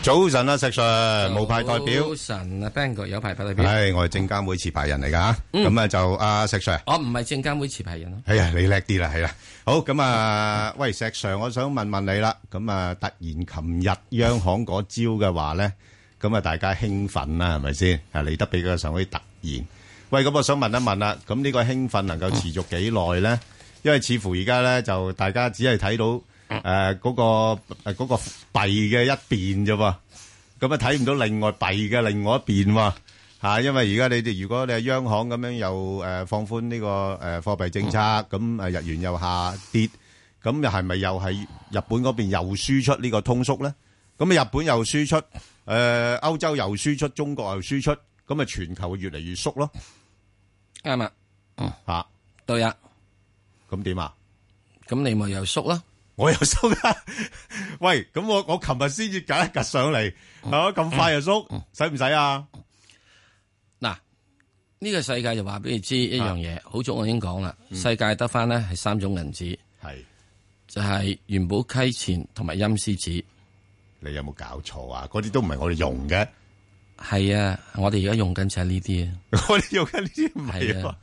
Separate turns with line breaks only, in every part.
早晨啊，石 Sir，冇派代表
早，晨啊，Bang 哥有排派代表，
係我哋證監會持牌人嚟噶
嗯
咁啊就阿石 Sir，
哦我唔係證監會持牌人咯。
哎呀你叻啲啦，係啦，好咁啊，喂石 Sir，我想問問你啦，咁啊突然琴日央行嗰招嘅話咧，咁啊大家興奮啦，係咪先？啊嚟得比較上可以突然，喂咁我想問一問啦，咁呢個興奮能夠持續幾耐咧？因為似乎而家咧就大家只係睇到誒嗰個誒嗰個幣嘅一邊啫喎。咁啊睇唔到另外幣嘅另外一邊喎、嚇因為而家你哋如果你係央行咁樣又誒、呃放寬呢、個誒、呃、貨幣政策，咁啊日元又下跌，咁又係咪又係日本嗰邊又輸出呢個通縮咧？咁啊日本又輸出，誒、呃、歐洲又輸出，中國又輸出，咁啊全球越嚟越縮咯
啱啊，
嚇，
對啊，
咁點啊？
咁你咪又縮咯。
我又收啦， 喂，咁我我琴日先至夾一夾上嚟，係嘛咁快又縮，使唔使啊？
嗱，呢個世界就話俾你知一樣嘢，好早我已經講啦，世界得翻呢係三種銀紙，
係。
就係元寶溪錢同埋陰司紙。
你有冇搞錯啊？嗰啲都唔係我哋用嘅，
係啊，我哋而家用緊就係呢啲啊。
我哋用緊呢啲唔係啊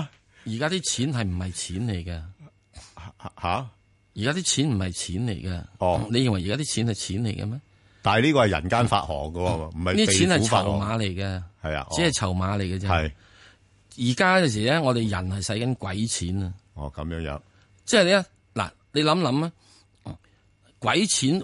嘛，
而家啲錢係唔係錢嚟嘅？
吓吓，
而家啲錢唔係錢嚟嘅。
哦
你認為而家啲錢係錢嚟嘅咩？
但係呢個係人間發行嘅喎，唔係
嗯呢啲錢
係
係籌碼嚟嘅，
係啊，
只係籌碼嚟嘅啫。
係
而家嘅時咧，我哋人係使緊鬼錢啊！
哦咁樣樣，
即係咧，嗱，你諗諗啊，鬼錢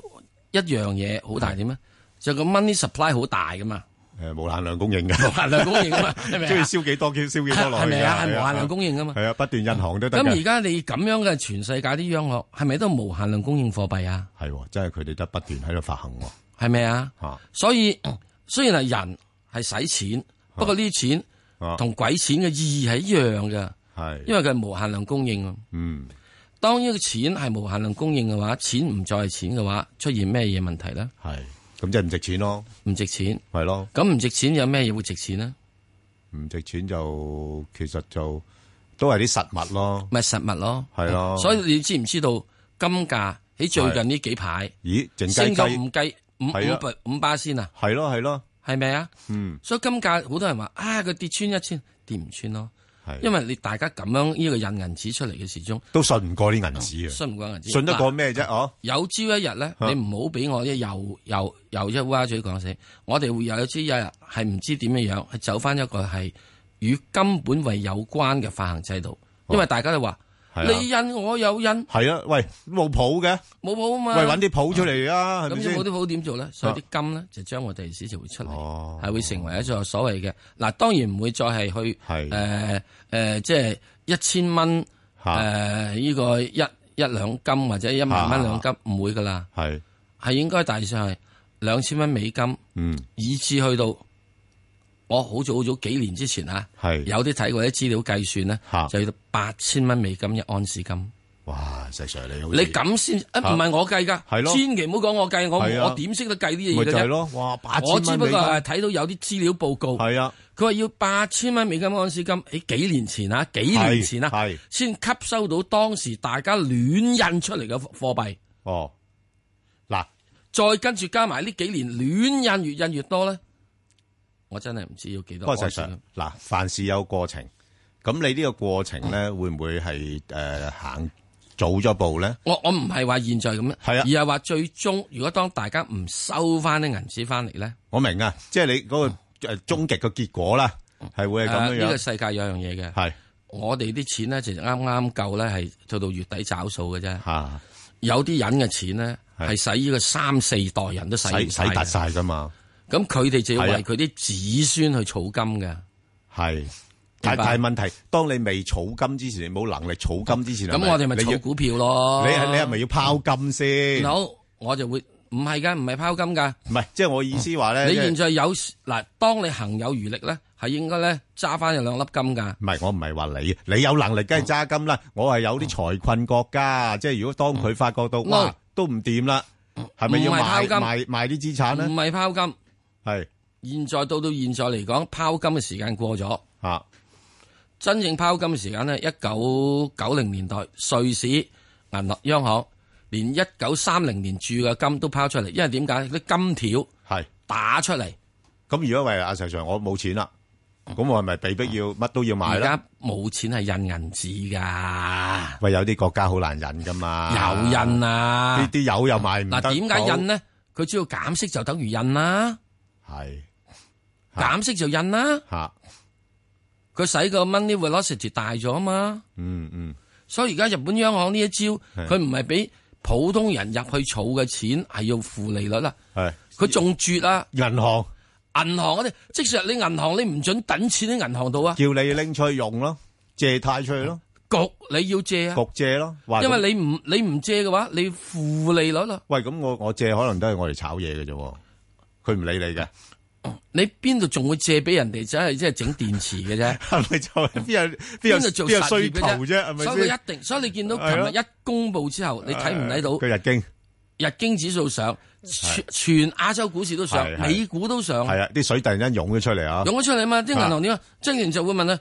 一樣嘢好大點啊？就個 money supply 好大噶嘛，
誒無限量供應嘅，
限量供應 啊嘛，係咪
中意
啊？
燒幾多燒幾多落
係
去
咪
㗎
啊？係無限量供應噶嘛？
係啊，不斷印行都得
咁而
嘅，
家你咁樣嘅全世界啲央行係咪都無限量供應貨幣啊？
係喎，真係佢哋都不斷喺度發行喎，
係咪啊？
嚇
所以 雖然係人係使錢，不過呢啲錢
啊
同鬼錢嘅意義係一樣嘅，因
係，
為佢係無限量供應啊。
嗯
當呢個錢係無限量供應嘅話，錢唔再係錢嘅話，出現咩嘢問題咧？
係，咁即係唔值錢咯，
唔值錢，
係咯，
咁唔值錢有咩嘢會值錢呢？
唔值錢就其實就都係啲實物咯，
咪實物咯。
係咯，
所以你知唔知道金價喺最近呢幾排
咦靜雞
升咗
雞
五雞五
係啊
五百五巴先啊？
係咯係咯，
係咪啊？
嗯
所以金價好多人話啊，佢跌穿一千，跌唔穿咯。
係，
因為你大家咁樣呢個印銀紙出嚟嘅時鐘，
都信唔過啲銀紙啊！
信唔過銀紙，
信得過
嗱
咩啫？哦，
有朝一日咧，
啊
你唔好俾我一又又又一烏鴉嘴講死，我哋會有朝一日係唔知點樣樣，係走翻一個係與根本為有關嘅發行制度，因為大家都話
哦係啊
你印我有印，
係啊，喂，冇譜嘅，
冇譜啊嘛。
喂，揾啲譜出嚟啊，係
咁
咪
就
先
冇？啲譜點做咧？所以啲金咧就將我哋市就會出嚟，
哦
係會成為一個所謂嘅嗱，當然唔會再係去
係
誒誒，即係一千蚊
嚇
誒呢個一一兩金或者一萬
啊
蚊兩金，唔會噶啦。
係，
係應該大致上係兩千蚊美金，
嗯，
以至去到我好早好早幾年之前啊，
係啊
有啲睇過啲資料計算咧
嚇，
就要到八千蚊美金一安士金。
哇，石 Sir 你好
你
似，
咁先，啊
嚇
唔係我計㗎，
係咯
千祈唔好講我計，我
係啊
我點識得計啲
咪
嘢
就
嘅
係
啫？
咯，哇，八千
我只
蚊
不
美
過係
金，
睇到有啲資料報告，
係啊，
佢話要八千蚊美金安士金，喺幾年前啊，幾年前啊
係係，
先吸收到當時大家亂印出嚟嘅貨貨幣。
哦，嗱，
再跟住加埋呢幾年亂印越印越多咧，我真係唔知要幾
不過
多
石
安士
Sir，
金。
嗱，凡事有過程，咁你呢個過程
嗯
咧，會唔會係誒行早咗步咧？
我我唔係話現在咁樣，
係啊
而係話最終如果當大家唔收翻啲銀紙翻嚟咧，
我明啊，即係你嗰個誒終極嘅結果啦，係會係
啊
咁
嗯呢
樣
個
樣，
世界有樣嘢嘅，
係
我哋啲錢咧其實啱啱夠咧係到到月底找數嘅啫，
嚇，
有啲人嘅錢咧
係
係使呢個三四代人都使
使
唔
使
晒嘅
突晒㗎嘛，
咁佢哋就要
係啊
為佢啲子孫去儲金嘅。
係但
明白
但係問題，當你未儲金之前，你冇能力儲金之前，係
咁我哋咪
你要
炒股票咯。
你係你係咪要拋金先？
好，我就會唔係㗎，唔係拋金㗎。
唔係，即係我意思話咧，
你
即係
現在有嗱，當你行有餘力咧，係應該咧揸翻有兩粒金㗎。
唔係，我唔係話你，你有能力梗係揸金啦。我係有啲財困國家，即係如果當佢發覺到
嗯
哇
嗯
都唔掂啦，係咪要
唔係
賣
拋金
賣賣啲資產
唔
咧？
係拋金。
係
現在到到現在嚟講，拋金嘅時間過咗，
啊，
真正拋金嘅時間咧，一九九零年代瑞士銀行央行連一九三零年注嘅金都拋出嚟，因為點解啲金條
係。
打出嚟，
咁如果喂阿 Sir Sir，我冇錢啦，咁我係咪被逼要乜都要買
而
啦？啊
家冇錢係印銀紙㗎，
喂，有啲國家好難引噶嘛，
有印啊
呢！啲有又賣唔得。
嗱，點解印？呢？佢只要減息就等於印啦，
係嚇
減息就印啦。
吓，
佢使個 money velocity 大咗啊嘛，
嗯嗯，
所以而家日本央行呢一招，
係
佢唔係俾普通人入去儲嘅錢係要負利率啦，
係
佢仲絕啊！
銀行
銀行嗰啲，即使你銀行你唔准等錢喺銀行度啊，
叫你拎出去用咯，借貸出去咯，
焗你要借啊，
焗借咯，話
因
咁
為你唔你唔借嘅話，你負利率啦，
喂，咁我我借可能都係我嚟炒嘢嘅啫喎，佢唔理你嘅，
你邊度仲會借俾人哋？真係即係整電池嘅啫。
係咪就係邊有 邊有
邊度做
邊有
實
需
業
求
嘅
啫？係咪
所以佢
先？
一定，所以你見到
係
琴
咯
日一公佈之後，你睇唔睇
佢
到
日經
日經指數上，全全亞洲股市都上
係，係
美股都上，
係啊，啲水突然間湧咗出嚟啊！
湧咗出嚟嘛？啲銀行點啊？張然就會問啦：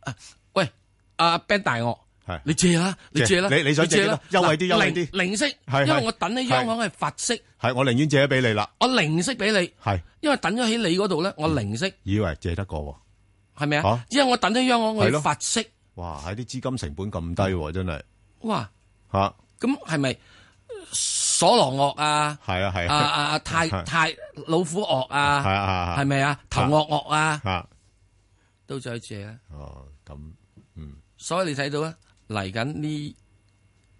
啊喂，阿 Ben 大我
係，
你借啦，你
借
借啦，
你你想借
啦，
幾多優惠啲
嗱
優惠啲
零零息，
係
因
係
為我等喺央行係罰息，
係我寧願借咗俾你啦，
我零息俾你，
係
因為等咗喺你嗰度咧，我
嗯
零息
以為借得過喎，
係咪啊
嚇？
因為我等咗央行
哦
我
係
要
咯
罰息，
哇！喺啲資金成本咁低喎，真係
哇！
吓，嚇
咁係咪所羅惡啊？
係啊係
啊
啊
啊啊！太太老虎惡啊，
係啊係啊
係咪啊？頭惡惡啊，
吓
都再借啊！
哦咁
所以你睇到啊，嚟緊呢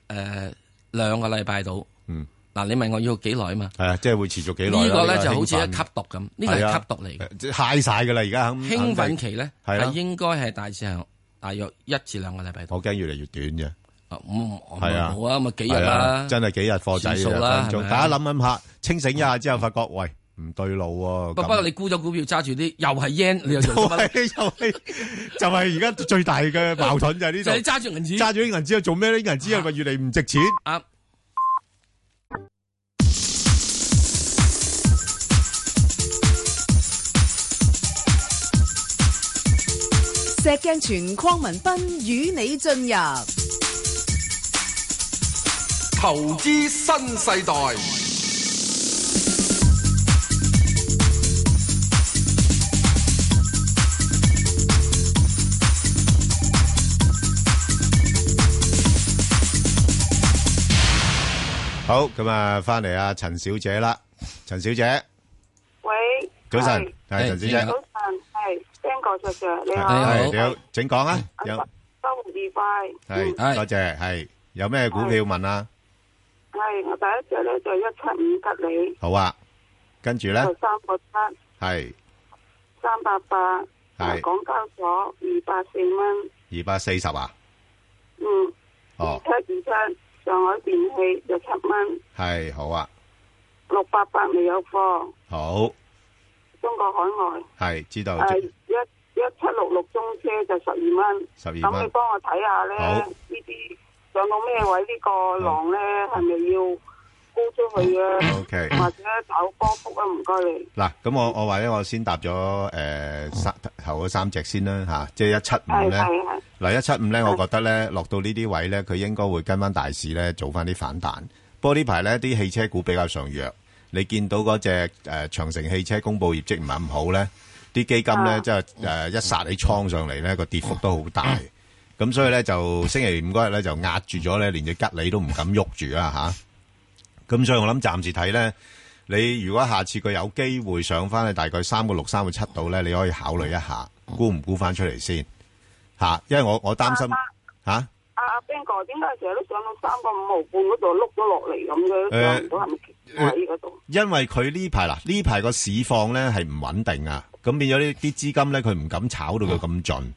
誒兩個禮拜度，
嗯
嗱，你問我要幾耐啊嘛？
係啊，即係會持續幾
呢
耐啦
個咧
呢
就好似
興奮
一吸毒咁，呢個係吸毒嚟嘅。
誒即係啊 high 晒㗎啦，而家肯
興奮
肯定
期咧
係啊啦
係應該係大致係大約一至兩個禮拜度。
我驚越嚟越短啫。
啊咁我
係啊
冇啊，咪幾日
係
啦
啊，。真係幾日貨仔
算數啦
分鐘
係咪啊
大家諗諗下，清醒一下之後，發覺喂唔對路喎。
不不過你沽咗股票揸住啲又係 yen，你 又
就
做乜呢？
係就係就係而家最大嘅矛盾就係呢
就係你
度，
揸住銀紙
揸住啲銀紙去做咩咧？啲銀紙係咪越嚟唔值錢？
啊！
石鏡泉邝文斌與你進入
投資新世代，
好咁啊，翻嚟啊，陳小姐啦，陳小姐，
喂，
早晨，
係
係陳小姐
係，
早晨，系 Ben 哥卓 Sir，你
你
好，
好
係你好，請講啊，有
生活愉快，嗯
係
係
多謝係，有咩股票問啊？
系我第一隻咧就一七五吉利，
好啊，跟住咧
就三個七，
係
三八八，
係
港交所二百四蚊，
二百四十啊，
嗯，二
哦
七二七，上海電器就七蚊，
係好啊，
六八八未有貨，
好
中國海
係知道
外，誒一一七六六中車就十二蚊，
十二
咁你
蚊。
幫我睇下咧
好
呢啲上到咩位呢個浪咧係咪要沽出去啊？
OK
或者炒波幅啊？唔該你。
嗱，咁我我或者我先答咗誒三頭嗰三隻先啦嚇，即係一七五
係
咧。
係係，
嗱，一七五咧，我覺得咧落到呢啲位咧，佢應該會跟翻大市咧做翻啲反彈。不過呢排咧啲汽車股比較上弱，你見到嗰只誒長城汽車公佈業績唔係咁好咧，啲基金咧
啊
即係誒一殺起倉上嚟咧個跌幅都好大。咁所以咧就星期五嗰日咧就壓住咗咧，連只吉利都唔敢喐住啦嚇。咁所以我諗暫時睇咧，你如果下次佢有機會上翻去大概三個六、三個七度咧，你可以考慮一下，沽唔沽翻出嚟先吓、嚇因為我我擔心吓，誒、
啊阿阿 Ben 哥，點解成日都上到三個五毫半嗰度碌咗落嚟咁嘅？上唔到係咪位嗰度？
因為佢呢排嗱呢排個市況咧係唔穩定啊，咁變咗呢啲資金咧佢唔敢炒到佢咁盡。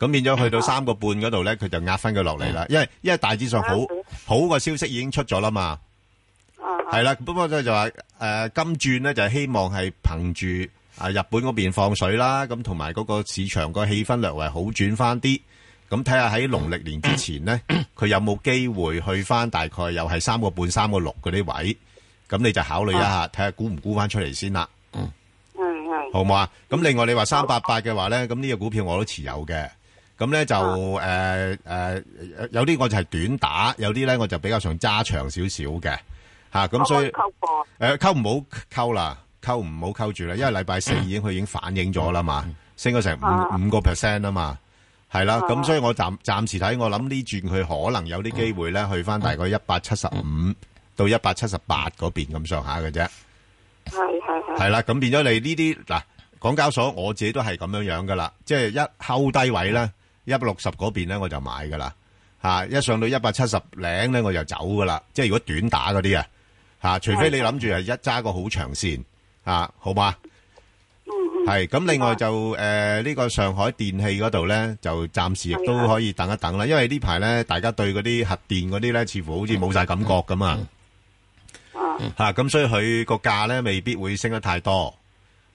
咁變咗去到三個半嗰度咧，佢就壓翻佢落嚟啦。因為因為大致上好
啊
好個消息已經出咗啦嘛，係啦。不過咧就話誒金轉咧就希望係憑住啊日本嗰邊放水啦，咁同埋嗰個市場個氣氛略為好轉翻啲。咁睇下喺農曆年之前咧，佢有冇機會去翻大概又係三個半、三個六嗰啲位，咁你就考慮一下，睇下估唔估翻出嚟先啦。
係
好唔好啊？咁另外你話三八八嘅話咧，咁呢個股票我都持有嘅。咁咧就
啊
誒誒，有啲我就係短打，有啲咧我就比較上揸長少少嘅嚇。咁、
係，
所以
可唔可
誒
溝貨
溝唔好溝啦，溝唔好溝住啦，因為禮拜四已經佢已經反映咗啦嘛，升咗成
嗯啊
五五個 percent 啊嘛，係啦。咁
啊
所以我暫暫時睇，我諗呢轉佢可能有啲機會咧，去
啊
翻大概一百七十五到一百七十八嗰邊咁上下嘅啫。
係係係
係啦，咁變咗你呢啲嗱，港交所我自己都係咁樣樣噶啦，即係一睺低位咧，一百六十嗰邊咧我就買噶啦，嚇、一上到一百七十零咧我就走噶啦，即係如果短打嗰啲啊，嚇、除非你諗住係一揸個好長線嚇、好嘛？
嗯嗯
係咁，另外就誒呢、個上海電器嗰度咧，就暫時亦
啊
都可以等一等啦，因為呢排咧大家對嗰啲核電嗰啲咧，似乎好似冇晒感覺咁啊。
啊
吓咁、所以佢個價咧未必會升得太多。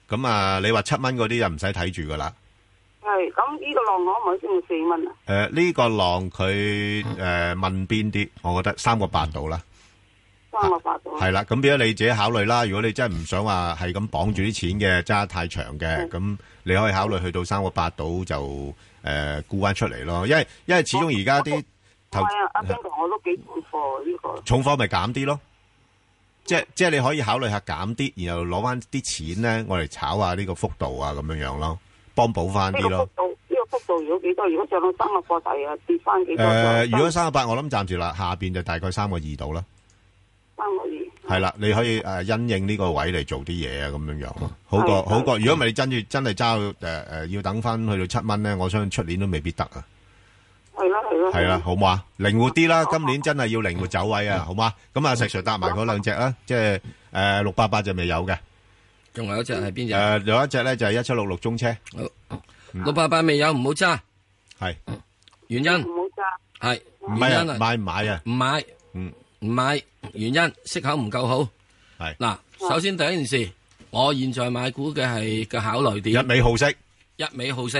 咁啊，你話七蚊嗰啲就唔使睇住噶啦。
係咁呢個浪可唔可以升到四蚊啊？
誒、呃呢、個浪佢
嗯
誒、問邊啲？我覺得三個八度啦，
三個八度啊
係啦。咁變咗你自己考慮啦。如果你真係唔想話係咁綁住啲錢嘅，揸得太長
嗯
嘅，咁你可以考慮去到三個八度就誒、沽翻出嚟咯。因為因為始終而家
哦
啲投
係啊，阿 Ben 哥我都幾重貨啊呢個。
重貨咪減啲咯。即係即係你可以考慮下減啲，然後攞翻啲錢咧，我嚟炒下呢個幅度啊，咁樣樣咯，幫補翻
呢
啲
個
咯
幅。度，呢個幅度如果幾多？如果上到三個貨底啊，跌翻幾
誒、
多？
呃如果三個八，我諗暫時啦，下邊就大概三個二度啦，
三個二，
係啦，你可以誒、呃因應呢個位嚟做啲嘢啊，咁樣樣咯，好過
係
好過。如果唔係你真住真係揸到誒誒，要等翻去到七蚊咧，我相信出年都未必得啊。
係啦係啦
係啦，好唔好啊？靈活啲啦，今年真係要靈活走位啊，好嘛？咁啊，石 Sir 搭埋嗰兩隻啊，即係誒六八八就未有嘅，誒、
仲有一隻係邊只？
有一隻咧就係一七六六中車，嗯
六八八未有，唔好揸。
係
原因
唔好揸。
係
唔係
原
啊？
因係
買唔買啊？
唔買，
嗯
唔買，原因息口唔夠好。
係
嗱，首先第一件事，我現在買股嘅係嘅考慮
一
點，
味好色，
一 味好息，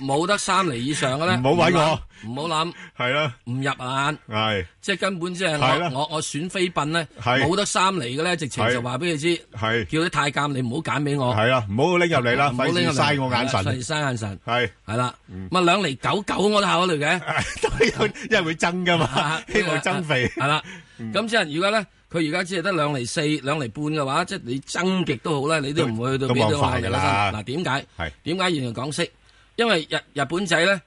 冇得三厘以上嘅咧，
唔好搵我
唔諗，唔好諗，
係啦，
唔入眼。
係
即係根本即
係啦
係我我我選妃笨咧，
係
冇得三厘嘅咧，直情
係
就話俾你知，
係
叫啲太監你唔好揀俾我，
係啦，唔好拎入嚟啦，
唔好
費
拎
事
入嚟
嘥我眼
係啦費
神
事，嘥眼神，
係。
係啦，咁啊兩厘九九我都考慮嘅，
都有- 因為會增㗎嘛，
啊
希望增肥。
係啦，咁即係如果咧，佢而家只係得兩厘四、兩厘半嘅話，即係你增極都好啦，你都唔會去
都
到
都
邊度
冇法㗎啦
嗱，點解？
係
點解要講息？因為日日本仔咧，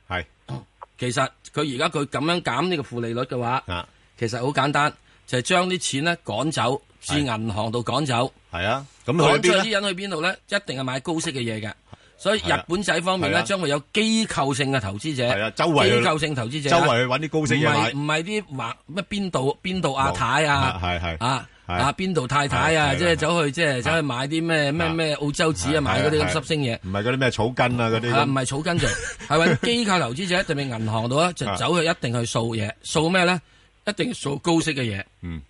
其實佢而家佢咁樣減呢個負利率嘅話，
係，啊，係啊，咁
其實好簡單，就係將啲錢咧趕走，至
係
銀行度趕走。趕
去
走
邊呢？
啲人去邊度咧？一定係買高息嘅嘢嘅。所以
係
日
啊
本仔方面咧
係，啊
將會有機構性嘅投資者，
係啊周圍去
機構性投資者啊，唔
周圍去搵啲高息嘢買。
係唔係啲話乜邊度邊度阿太啊，
係，係，係。
啊
係
啊邊度太太啊，
係係
即
係
係走去即係走去買啲咩咩
啊
咩澳洲紙
係
啊，買嗰啲咁
係
濕星嘢。
唔係嗰啲咩草根啊，嗰啲
係
咁。
啊，唔係 草根做，係揾機構投資者，特別銀行度咧，就
啊
走去一定去掃嘢，掃咩咧？一定要掃高息嘅嘢。
嗯，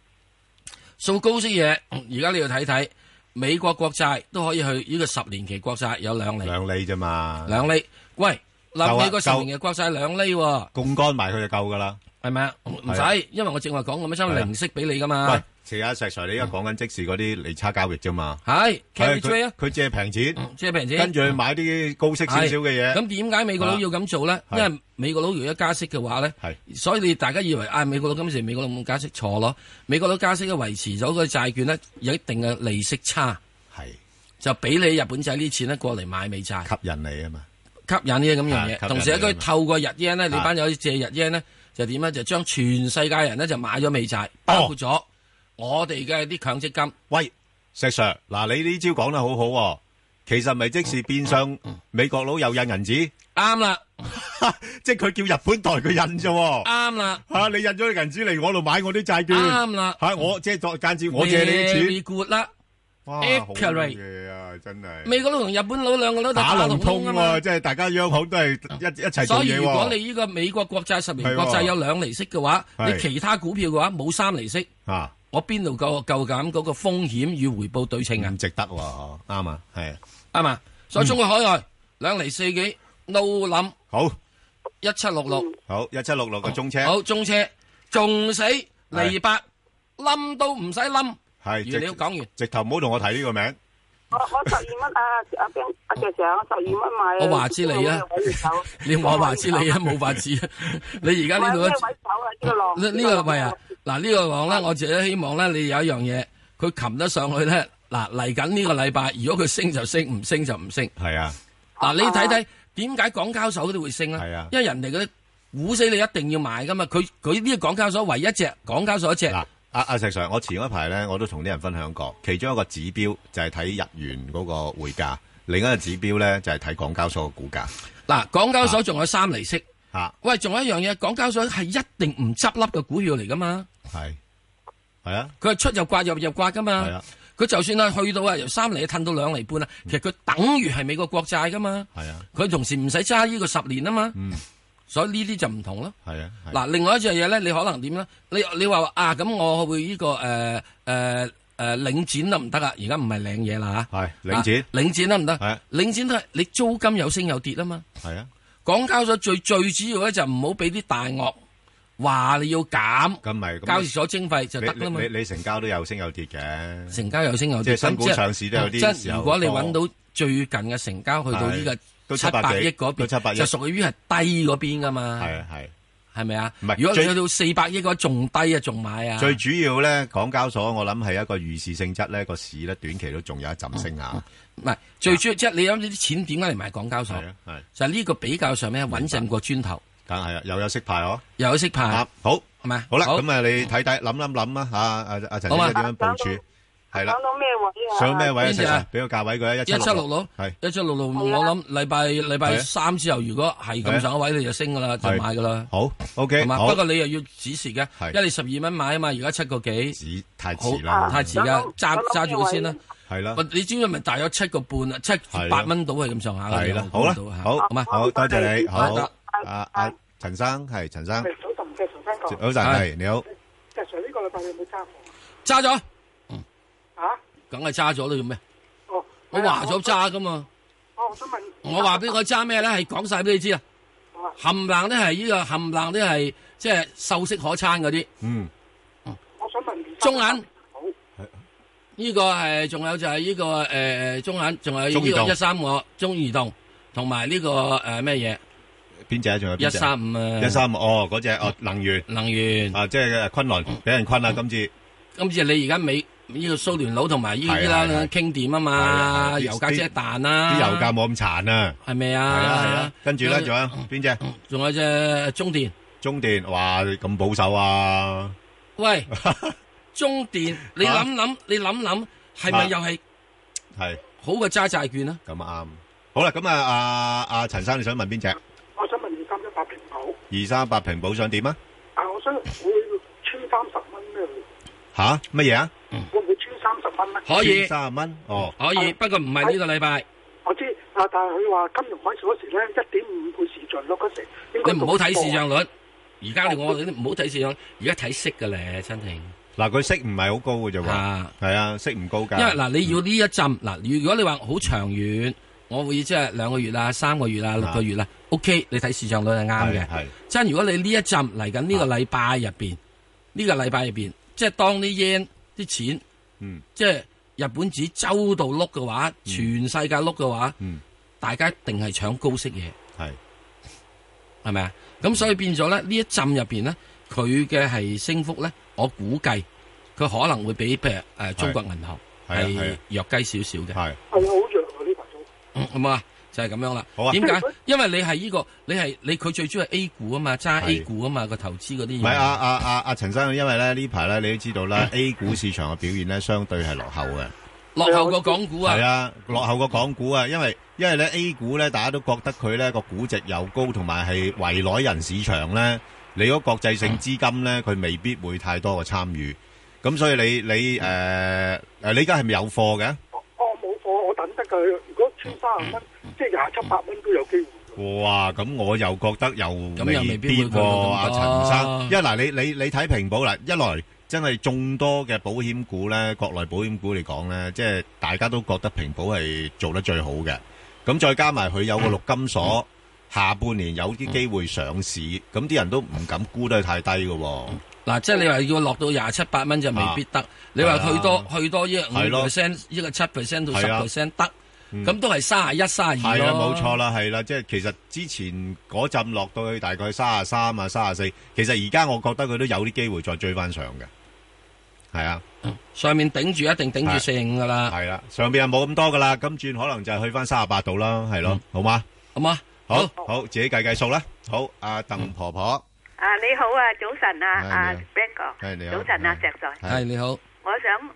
掃高息嘢，而家你要睇睇美國國債都可以去呢個十年期國債有兩厘，
兩厘咋嘛，
兩厘。喂，
夠啊
立美國十年期國債兩厘喎，
槓桿埋佢就夠㗎啦。
係咪啊？唔
係啊
使，因為我正話講咁樣，將
係啊
零息俾你噶嘛。
喂，其實阿石Sir，你而家講緊即時嗰啲利差交易咋嘛。
係
係，佢-
carry trade 啊，
佢借平錢，
即係平時。
跟住去買啲高息少少嘅嘢。
咁點解美國佬要咁做咧？因
啊係
為美國佬如果加息嘅話咧，
係
所以你大家以為啊，美國佬今時美國佬咁加息錯咯？美國佬加息咧維持咗個債券咧有一定嘅利息差，就俾你日本仔啲錢咧過嚟買美債，
係，吸引你啊嘛，係，
吸引呢啲咁
啊吸
樣
引
嘢。同時咧，
你啊
佢
嘛
透過日 yen 咧，你
啊
班友借日 yen 咧就點咧？就將全世界人咧就買咗美
哦
債，包括咗我哋嘅啲強積金。
喂，石 Sir，嗱，你呢招講得好好、喎，其實咪即是變相美國佬又印銀 紙，
啱啦，
即係佢叫日本代佢印啫、喎。
啱啦，
吓、你印咗啲銀紙嚟我度買我啲債券，
啱啦
吓、我即係作間接我借你啲
very good 啦，
哇，好
Accurate
嘢啊，真係
美國佬同日本佬兩個都
打
龍
龍通
啊
喎，
嘛。啊
即係大家央行都係一一齊做
所以
嘢
如果
喎。
你呢個美國國債十年
係喎
國債有兩厘息嘅話，
係
你其他股票嘅話冇三厘息，
啊，
我邊度夠夠減嗰個風險與回報對稱啊？
唔值得喎，啱啊，係
啱嘛？
嗯
所以中國海外兩厘四幾，no 諗
好
一七六六，
好一七六六個哦中車
好中車仲死黎八冧都唔使冧。
係
如你
直
講完，
直頭唔好同我提呢個名。
我我十二蚊啊，阿邊阿石 Sir，我十二蚊買。
我話知你啊 你我話知 你啊，冇法 子啊。你而家
我
呢度
有咩位
一
手啊？呢個
哦
浪
呢呢個喂啊，嗱呢個講咧，我自己希望咧，你有一樣嘢，佢擒得上去咧，嗱嚟緊呢個禮拜，如果佢升就升，唔升就唔升。
係啊，
嗱，你睇睇點解港交所嗰啲會升咧？
係啊
因為人哋嗰啲股死你一定要買噶嘛，佢佢呢個港交所唯一隻港交所一隻，
嗱，阿阿石 Sir，我前嗰排咧，我都同啲人分享過，其中一個指標就係睇日元嗰個匯價，另一個指標咧就係睇港交所嘅股價。
嗱港交所仲有三厘息，
吓，
喂，仲有一樣嘢，港交所係一定唔執笠嘅股票嚟噶嘛，
係係啊，
佢係出又刮入入刮噶嘛
係啊，
佢就算係去到啊由三厘褪到兩厘半啊，其實佢等於係美國國債噶嘛。
係啊，
佢同時唔使揸呢個十年啊
Ừ,
嘛，所以呢啲就唔同咯。
係啊，係啊
嗱，另外一樣嘢咧，你可能點咧？你你話啊，咁我會呢個誒誒誒領展得唔得啊？而家唔係領嘢啦嚇，
係領展
啊領展得唔
係啊
得？領展都係你租金有升有跌啊嘛。
係啊，
港交所最最主要咧就唔好俾啲大鱷話你要減
咁咪咁
交易所徵費就
你
得啦嘛
你。你你成交都有升有跌嘅，
成交有升有跌，
即係新股上市都有啲
咁即
時候
係如果你
多
揾到最近嘅成交去到呢
都
個
七
七
百幾
百億嗰
都
邊，
七百億
就屬於係低嗰邊噶嘛。
係啊係。
系咪啊？
唔係
如果你
最
去到四百億嘅話，仲低啊，仲買啊？
最主要咧，港交所我諗係一個預示性質咧，個市咧短期都仲有一陣升下，
唔係最主要，即係你諗呢啲錢點解嚟買港交所
係？啊係，
就係呢個比較上面穩陣過磚頭，
梗係啊，又有息派哦，
又有息
啱
派，
好，
係咪？
好啦，咁啊，你睇睇諗諗諗啊，啊啊啊陳
好
小
啊
姐點樣部署？係啦
上，到咩位啊？
上咩位啊？
邊隻
石
啊
Sir，俾個價位佢啊，一
一七六六
係，
一七六六，
係啊
我諗禮拜禮
係
拜
啊
三之後，如果係
係啊
咁上位，你就升噶啦，就
係
買噶啦，
好，OK，
係嘛？
好
不過你又要指示嘅
係，
因為你十二蚊買啊嘛，而家七個幾，
止太
好
遲啦，
啊太遲㗎，揸揸住佢先啦。
係啦，
喂你知唔知咪大約七個半啊？七
係啊
八蚊到係咁上下嘅
係啦
我，估
好啦
到啊嚇，
好，
嘛？
好多謝你，好
唔該，
啊啊，陳生係陳生，
早晨嘅，重新
早
講。
晨係你好，
石 Sir 呢個禮拜你有冇揸貨
揸咗，
啊？
梗係揸咗啦，做咩？
哦，
我話咗揸噶嘛。
我我想問，
我話俾我揸咩咧，係講晒俾你知啊！冚冷都係呢個，冚冷都係即係秀色可餐嗰啲。
嗯，
我想問
中銀
好
呢個係仲有就係呢個誒中銀，仲有
中
呢
移動
個一三我中移動，同埋呢個誒咩
邊隻啊仲有
嘢
邊
一
隻？
三五啊，
一三哦，嗰隻哦能源。
能源。
啊，即係昆崙俾人困啦，今次
今次你而家美呢個蘇聯佬同埋呢啲
係
啦
啊係啊
傾掂啊
係啊
嘛，
啲
油價即係彈啦，
啲油價冇咁殘啊，
係咪
係
啊？
啊係啊，跟住咧
有
仲有邊隻
仲有隻中電，
中電？哇，咁保守 啊，
喂，中電你
啊
諗諗，你諗諗係
啊
咪又係
係
好過揸債券啊？
咁啱。好啦，咁啊，阿阿陳生你想問邊隻？
我想問二三一八平保，
二三八平保想點啊？
啊，我想會穿三十蚊咩？
吓乜嘢啊？
會唔會穿三十蚊咧？
可以
三十蚊哦，
可以，不過唔係呢個禮拜，
我知啊，但係佢話金融海嘯嗰時咧，一點五倍市賬率嗰時，
你
應該
唔好睇市
啊
仲
漲
啊
率。而家
哦
你我哋都唔好睇市漲率，而家睇息嘅咧，真係。
嗱佢息唔係好高嘅啫喎
啊，
係啊，息唔高㗎。
因為嗱，你要呢一陣嗱，如果你話好長遠，我會即係兩個月啊、三個月啊、六個月啦，OK，你睇市漲率係啱
係
嘅。
係
真如果你呢一陣嚟緊呢個禮拜入邊，呢個禮拜入邊，即係當啲 yen 啲錢，
嗯
即係日本紙周到碌嘅話，全世界碌嘅話，
嗯
大家一定係搶高息嘢。
係
系咪啊？咁所以變咗咧，呢一浸入边咧，佢嘅係升幅咧，我估計佢可能會比譬如诶中國銀行
係啊係啊
係弱雞少少嘅，
係
係好弱啊呢排都。
嗯好嘛？就係咁樣啦
好啊。
點解？因為你係呢個，你係你佢最主要係 A 股啊嘛，揸 A
係
股啊嘛，個投資嗰啲嘢。
唔係啊啊啊啊陳生，因為咧呢排咧你都知道啦，A 股市場嘅表現咧相對係落後 嘅。
落後過港股
係
啊，
啊，落後個港股啊，因為因為咧 A 股咧，大家都覺得佢咧個估值又高，同埋係圍內人市場咧，你嗰國際性資金咧，佢未必會太多嘅參與。咁所以你你诶诶，你而家係咪有貨嘅？
哦
我冇貨，我等得佢。如果穿三十蚊，
嗯
即係廿七八蚊都有機會。
哇！咁我又覺得又
咁又
未
未必
必喎，
會去到咁
阿陳
多
生。因為嗱，你你你睇平保嗱，一來真係眾多嘅保險股咧，國內保險股嚟講咧，即係大家都覺得平保係做得最好嘅。咁再加埋佢有個陸金所，下半年有啲機會上市，咁啲人都唔敢估得太低嘅喎。
嗱，即係你話要落到廿七八蚊就未必得。你話去多去多一五
啊係咯
percent，一個七 percent 到十
係啊
percent 得，咁都係三廿一、三廿二
係啦，啊
咯。
冇錯啦，係啦，即係其實之前嗰陣落到去大概三十三啊、三十四，其實而家我覺得佢都有啲機會再追翻上嘅，係啊。
上面頂住一定頂
係
住四五噶 啦，
系啦，上边又冇咁多噶啦，咁轉可能就係去翻三十八度啦，係咯，好嘛？
好嘛？
好好，自己計計數啦。好，阿鄧婆婆，
啊，你好啊，早晨啊，
係
啊
你好
Ben 哥
係你，好
早晨啊，
係
石 Sir，
係你好，
我想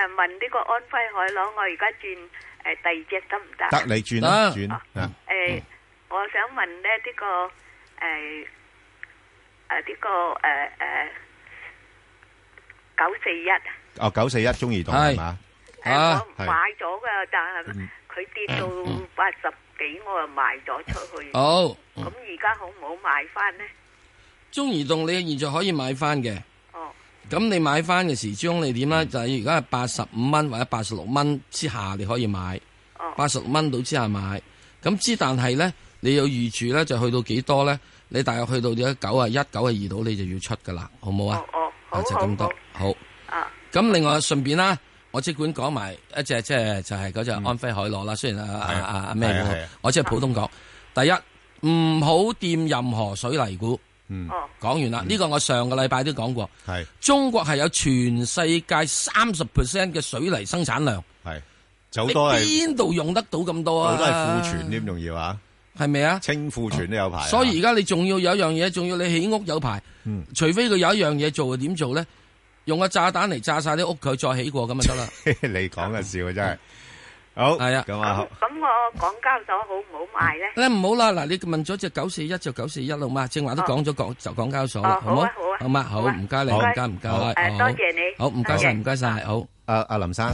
诶问呢個安徽海螺，我而家轉诶第二隻得唔得？
得你轉啦，
得
轉啊，
诶，我想問咧呢個诶诶呢個诶诶九四一，
哦九四一中移動
係
係嘛？
诶
啊
我
係
買咗噶，但係佢跌到八十幾，我又賣咗出去。
好。
咁而家好唔好買翻呢？
中移動你現在可以買翻嘅，
哦，
咁你買翻嘅時鐘你點咧？就係而家係八十五蚊或者八十六蚊之下你可以買，
哦
八十六蚊到之下買。咁之但係咧，你要預住咧就去到幾多咧？你大約去到咗九啊一、九啊二度你就要出噶啦，好唔好啊
哦？哦，好
啊就咁
好
多，好。
好啊，
咁另外順便啦，我即管講埋一隻即係就係嗰隻安徽海螺啦。雖然啊啊啊啊咩
嗯係啊
股
係啊，
我即係普通講。第一唔好掂任何水泥股。
哦
講完
嗯
啦，呢個我上個禮拜都講過，
係
中國係有全世界三十 percent 嘅水泥生產量，
係，就
你
好多係
邊度用得到咁多啊？
好多係庫存添，仲要啊，
係咪啊？
清庫存都有排啊。
所以而家你仲要有一樣嘢，仲要你起屋有排，
嗯
除非佢有一樣嘢做，點做咧？用個炸彈嚟炸晒啲屋，佢再起過咁就得啦。
你講嘅笑真係好，
係啊
咁
咁
啊，
咁我港交所好唔好買呢？
你唔好啦，嗱，你問咗只九四一就九四一啦嘛，正話都講咗港就港交所啦
哦，
唔
好啊好啊
好嘛，好
好啊
唔該你，
好
唔該唔該，
好
好
誒，多謝你，
好唔該
多謝
晒，唔該晒，好。
阿阿林生，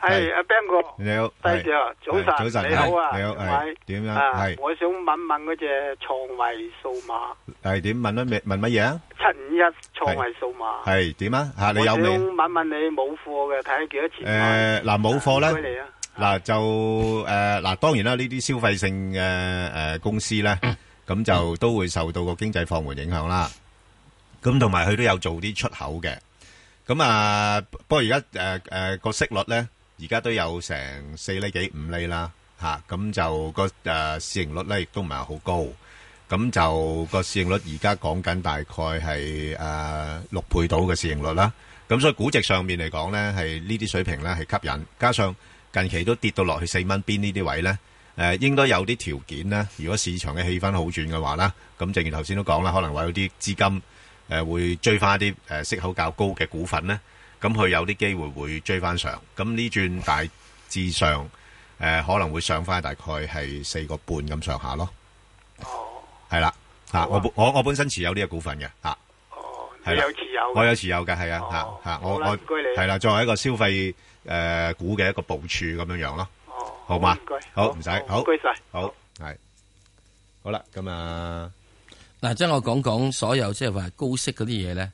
係
係阿 Ben 哥，
你好，
低姐啊，
係
早
早晨
晨，你好啊，
係你好係
喂
點樣
啊
係
我想問問嗰只創維數碼
係點問乜問乜嘢啊？
七五一創維數碼，
係點啊？嚇你
我
有
想
未？
問問你冇貨嘅，睇下幾多錢買？
誒呃嗱冇貨
唔該
咧
你。啊，
嗱就誒嗱，當然啦，呢啲消費性嘅誒公司咧，咁就都會受到個經濟放緩影響啦。咁同埋佢都有做啲出口嘅。咁啊，不過而家誒誒個息率咧，而家都有成四厘幾五厘啦，嚇咁就個誒市盈率咧，亦都唔係好高。咁就個市盈率而家講緊大概係誒六倍到嘅市盈率啦。咁所以估值上面嚟講咧，係呢啲水平咧係吸引，加上近期都跌到落去四蚊邊呢啲位咧，誒、應該有啲條件咧。如果市場嘅氣氛好轉嘅話啦，咁正如頭先都講啦，可能話有啲資金誒、呃、會追翻啲誒息口較高嘅股份咧，咁佢有啲機會會追翻上。咁呢轉大致上誒、呃可能會上翻大概係四個半咁上下咯。哦，係啦，
啊
嚇、我本我我本身持有呢個股份嘅嚇。
哦，
係
你
啦
有持有
我
嘅？
有持有嘅，係啊，
哦
嚇嚇，我
好啦
我
唔該你
係啦，作為一個消費誒股嘅一個部署咁樣樣咯，
哦，
好嘛
唔該，哦
好唔使好
唔該晒，
好係好啦，咁啊
嗱，即係我講講所有即係話高息嗰啲嘢咧，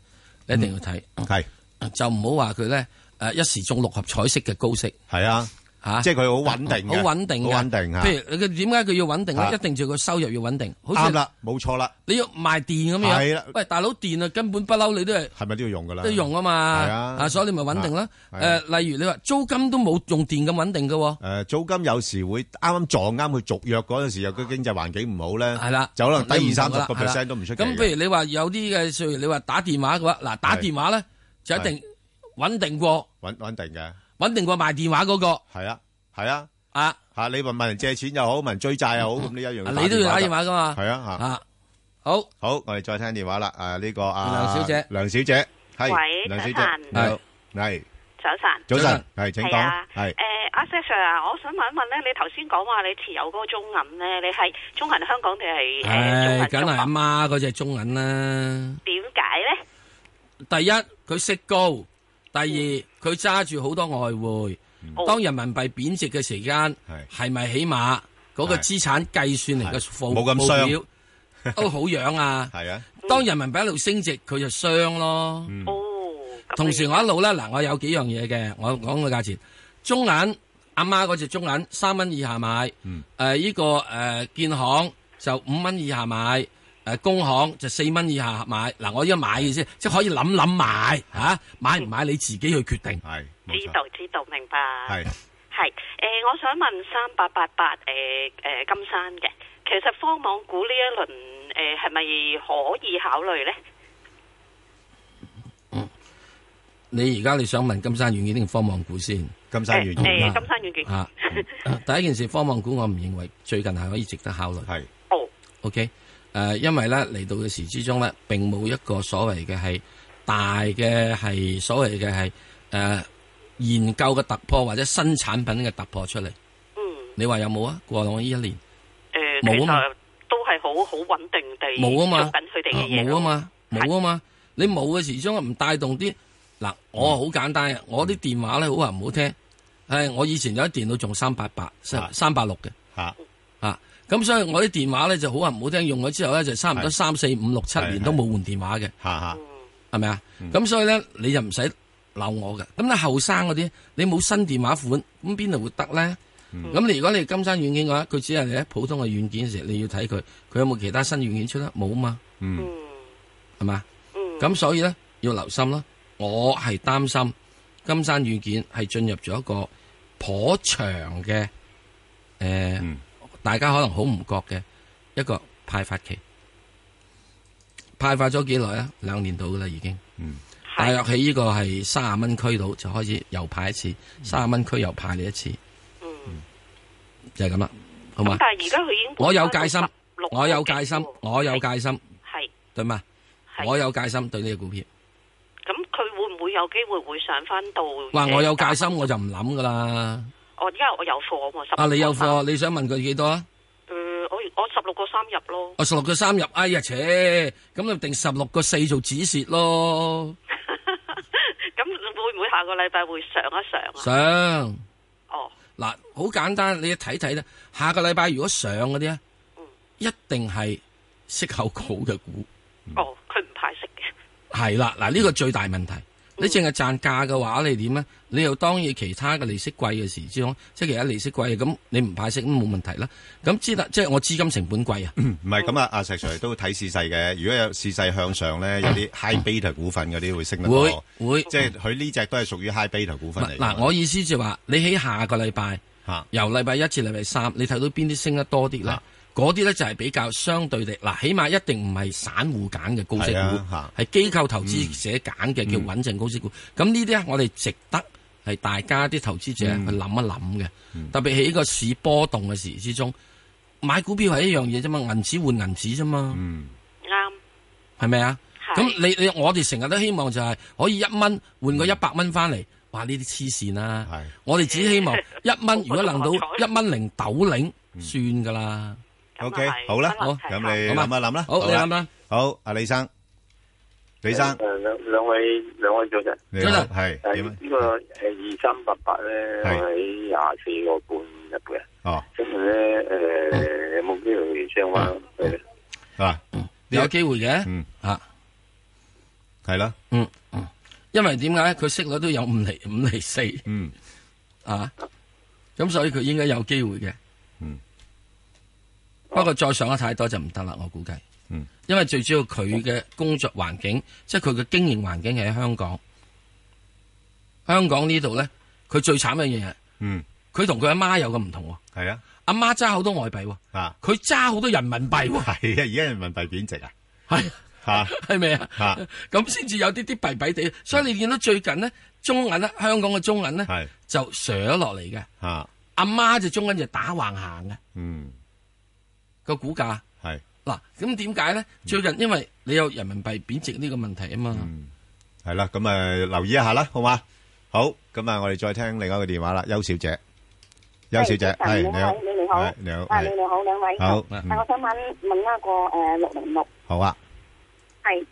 你一定要睇，
係
就唔好話佢咧誒一時中六合彩式嘅高息
係啊，
嚇，
即係佢好穩定
好
嘅，
穩定嘅，
好穩定啊嚇，
譬如佢點解佢要穩定
啊
咧？一定就佢收入要穩定，好
啱
似
啦，冇錯啦，
你要賣電咁
係啦
樣，喂大佬電啊根本不嬲你都係
係咪都要用㗎啦？
都用啊嘛，
係啊
所以你咪穩定啦。
係啊
誒，例如你話租金都冇用電咁穩定嘅喎。
誒租金有時會啱啱撞啱佢續約嗰陣時，又個經濟環境唔好咧，
啊係啦，
就可能低
你
二
唔
三
同
十
㗎啦
個
係啦
percent 都唔出奇嘅。
咁譬如你話有啲嘅，譬如你話打電話嘅話，嗱打
係
電話咧就一定穩定過，
穩穩定嘅，
穩定過賣電話嗰個
係啊係啊
啊。
嚇，你問問人借錢又好，問人追債又好，咁你一樣
嗯你都要打電話噶嘛？
係啊嚇。
啊，好，
好，我哋再听电话啦。诶、呢、个啊，
梁小姐
梁小姐系，
喂
梁小
早晨
姐，你好，系
早晨。
早
早
晨
晨，
系，请
係啊
讲，系
诶，阿 Sir Sir 啊，我想問一問咧，你頭先講話你持有嗰個中銀咧，你係中銀香港定係
唉，
诶
梗
中
係
銀
阿
中國？
媽嗰只中銀啦。
點解咧？
第一，佢息高，第二，佢揸住好多外匯，當人民幣貶值嘅時間，
係
係咪起碼嗰個
係
資產計算嚟嘅
係
報
冇咁傷？
報表 都好樣啊
係嗯啊，
當人民幣一路升值，佢就傷咯。
哦，咁
同時我一路咧，嗱，我有幾樣嘢嘅，我講個價錢，中銀阿媽嗰只中銀三蚊以下買，
嗯
誒依個誒建行就五蚊以下買，誒工行就四蚊以下買。嗱，我依家買嘅啫，即係可以諗諗買嚇，買唔買你自己去決定。
係冇
知
錯，
道知道明白。
係
係誒，我想問三八八八誒誒金山嘅，其實科網股呢一輪誒係咪可以考慮咧？
你而家你想問金山軟件定科網股先？
金山
誒
軟件
誒，
啊
金山軟件
啊，第一件事科網股我唔認為最近係可以值得考慮。
係
哦，
OK，誒、因為咧嚟到嘅時之中咧，並冇一個所謂嘅係大嘅係所謂嘅係誒研究嘅突破或者新產品嘅突破出嚟。
嗯
你話有冇啊？過往呢一年
誒，其
冇啊嘛
實都係好好穩定地
冇啊嘛
做緊佢哋
啊
嘅嘢
冇
咯
啊嘛，冇啊嘛，你冇嘅時鐘唔帶動啲嗱，
嗯
我好簡單嘅，我啲電話咧好話唔好聽，誒、我以前有啲電腦仲三八八、
啊
三三八六嘅。
嚇
啊，咁所以我啲電話咧就好話唔好聽，用咗之後咧就差唔多
係
三四五六七
係
年都冇換電話嘅，
嚇嚇
係咪啊？
嗯
咁所以咧你就唔使鬧我嘅。咁你後生嗰啲，你冇新電話款，咁邊度會得咧？
嗯
咁你如果你金山軟件嘅話，佢只係你喺普通嘅軟件嘅時候，你要睇佢，佢有冇其他新軟件出咧？冇啊嘛，
嗯
係嘛？咁所以咧要留心咯。我係擔心金山軟件係進入咗一個頗長嘅誒。呃
嗯
大家可能好唔覺嘅一個派發期，派發咗幾耐啊？兩年到噶啦已經，
嗯
大約喺呢個係三十蚊區度就開始又派一次，三十蚊區又派你一次，就係咁啦，好嘛
咁？但係而家佢已經
我有戒心
搬到16
我有戒心
個幾，喎
我有戒心，
係
對嘛？
係
我有戒心對呢個股票，
咁佢會唔會有機會會上翻到？
話我有戒
誒
心我就唔諗噶啦。
我因為我有貨喎，十
啊，你有貨，你想問佢幾多啊？
誒，我我十六個三入咯，
我十六個三入，哎呀，切，咁你定十六個四做止蝕咯，
咁會唔會下個禮拜會上一上啊？
想。
哦，
嗱，好簡單，你睇睇咧，下個禮拜如果上嗰啲咧，一定係息口高嘅股，
哦，佢唔派息嘅，
係啦，嗱呢個最大問題。
嗯
你淨係賺價嘅話，你點咧？啊你又當然其他嘅利息貴嘅時之中，即係其他利息貴嘅，咁你唔派息咁冇問題啦。咁知啦，即係我資金成本貴啊，
唔係咁啊，阿石 Sir 都睇市勢嘅。如果有市勢向上咧，有啲 high beta 股份嗰啲會升得
會
多，
會
即係佢呢只都係屬於 high beta 股份嚟㗎嘛。
嗱，我意思就係話你喺下個禮拜。
嚇
由禮拜一至禮拜三，你睇到邊啲升得多啲咧
啊？
嗰啲咧就係比較相對地嗱，起碼一定唔係散戶揀嘅高息
係
股
啊，嗯
係機構投資者揀嘅叫穩陣高息股。咁呢啲咧，我哋值得係大家啲投資者
嗯
去諗一諗嘅。特別喺呢個市波動嘅時之中，買股票係一樣嘢啫嘛，銀紙換銀紙啫
嗯
嘛，
啱
係咪啊？
係
咁你你我哋成日都希望就係可以一蚊換個一百蚊翻嚟，哇！呢啲黐線啦
係
〜我哋只希 望一蚊，如果能到
好過六合彩
一蚊零豆領，算噶啦。
咁啊
OK，
係
好啦
不
好
能提
咁
及
你
好嘛
諗一諗啦。
好，你
啦
諗啦。
啊好，阿李生，李
Dạ,
生，
誒兩兩位兩位早晨，
你
早
好，
晨
誒
係
dạ.
點啊？
呢個誒二三八八咧，我
係
喺廿四個半入嘅，
哦，
跟住咧誒有冇機會上翻？
啊
誒
嗱，
你有機會嘅
嗯，
吓，
係啦，
嗯嗯，因為點解佢息率都有五厘 五厘四
嗯，
啊？咁所以佢應該有機會嘅。
嗯，
不過再上得太多就唔得啦，我估計。
嗯，
因為最主要佢嘅工作環境，即係佢嘅經營環境係喺香港。香港呢度咧，佢最慘嘅嘢，
嗯，
佢同佢阿媽有個唔同喎。
係啊，
阿媽揸好多外幣喎，
啊，
佢揸好多人民幣喎。
係啊，而家人民幣貶值啊，
系
嚇，
系咪啊
啊？
咁先至有啲啲弊弊地，所以你見到最近呢，中銀咧，香港嘅中銀呢，
係
就上咗落嚟嘅。
嚇，
阿媽就中銀就打橫行嘅
嗯，
個股價。
係，
嗱，咁點解呢？最近因為你有人民幣貶值呢個問題啊嘛，
係啦，咁誒留意一下啦，好嘛？好，咁啊，我哋再聽另外一個電話啦，邱小姐，邱小姐，係你好，
你你好
係你好，
啊，你
係
哋好，兩位。
好，
啊，
嗯
我想問問一個誒六零六
好啊，
係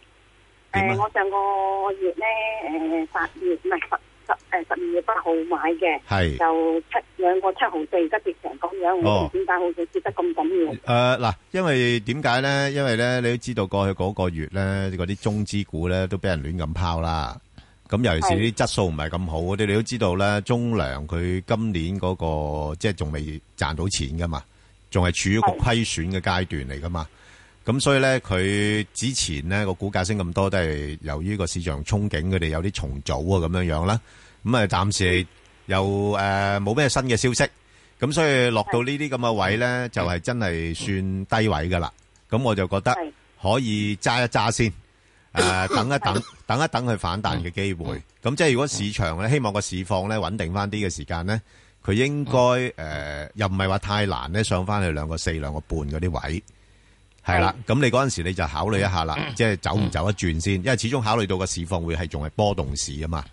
點啊
誒，我上個月咧，誒八月唔係十十誒十二月八號買嘅，
係
就七兩個七毫四，而家跌成咁樣，
哦
我唔知點解好似跌得咁緊要？
诶，呃嗱、因為點解咧？因為咧，你都知道過去嗰個月咧，嗰啲中資股咧都俾人亂咁拋啦。咁尤其是啲質素唔係咁好嗰啲，你都知道咧，中糧佢今年嗰、個即係仲未賺到錢噶嘛，仲係處於一個虧損嘅階段嚟噶嘛。咁所以咧，佢之前咧個股價升咁多，都係由於個市場憧憬佢哋有啲重組啊咁樣樣啦。咁啊，暫時又誒冇咩新嘅消息，咁所以落到呢啲咁嘅位咧，就係真係算低位噶啦。咁我就覺得
係
可以揸一揸先。诶、 等一等，等一等佢反彈嘅機會。咁即係如果市場咧，希望個市況咧穩定翻啲嘅時間咧，佢應該诶、誒又唔係話太難咧，上翻去兩個四、兩個半嗰啲位。係嗯啦，咁你嗰阵时你就考慮一下 啦，即係走唔走一轉先，因為始終考慮到個市況會係仲係波動市啊嘛。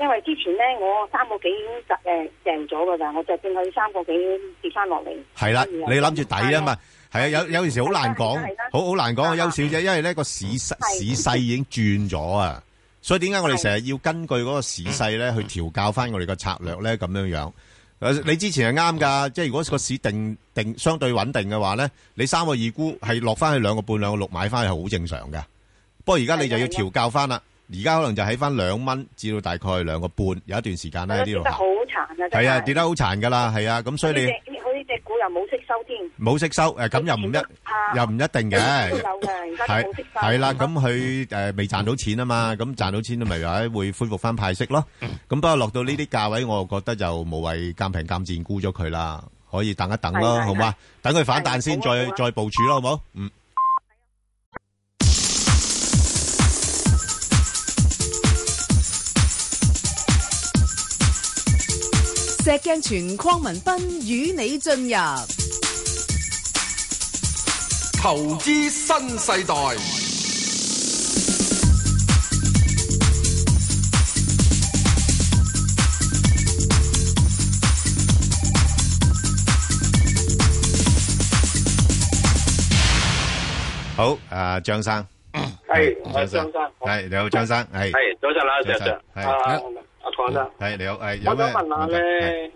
因為之前咧，我三個幾已經就誒掟咗㗎啦，我就正佢三個幾跌翻落嚟。
係啦，
跟住又
你諗住抵啊嘛
係。
係啊，有有阵时好難講，
係啦
好好難講啊，邱小姐，因為呢個市勢市
係
勢已經轉咗啊，所以點解我哋成日要根據嗰個市勢咧去調教翻我哋個策略咧咁樣樣。诶，你之前係啱㗎，即係如果個市定定相對穩定嘅話咧，你三個二沽係落翻去兩個半、兩個六買翻係好正常㗎。不過而家你就要調教翻啦，而家可能就喺翻兩蚊至到大概兩個半，有一段時間咧喺呢
跌
度
得好
行。
殘啊！真
係啊，跌得好殘㗎啦，係啊，咁所以你
呢。隻佢呢只股又冇息收添。
冇息收，誒咁又唔一
啊
又唔一定嘅，
有嘅，而家都
係
冇息收。
係啦，咁佢誒未賺到錢啊嘛，咁賺到錢咪話會恢復翻派息咯。咁不過落到呢啲價位，我覺得就無謂鑑平鑑賤沽咗佢啦，可以等一等咯，
係係
好嘛？等佢反彈先，
係好啊
再
好啊
再部署咯，好冇？嗯。
石鏡泉匡文斌與你進入
投資新世代，
好，誒張生，
係，我係張生，我
係你好，張生，係
系早晨啦，
早
石
晨
Sir，
係
啊，阿邝生，
係你好，誒有
我
咩
想問下
問題？
咧，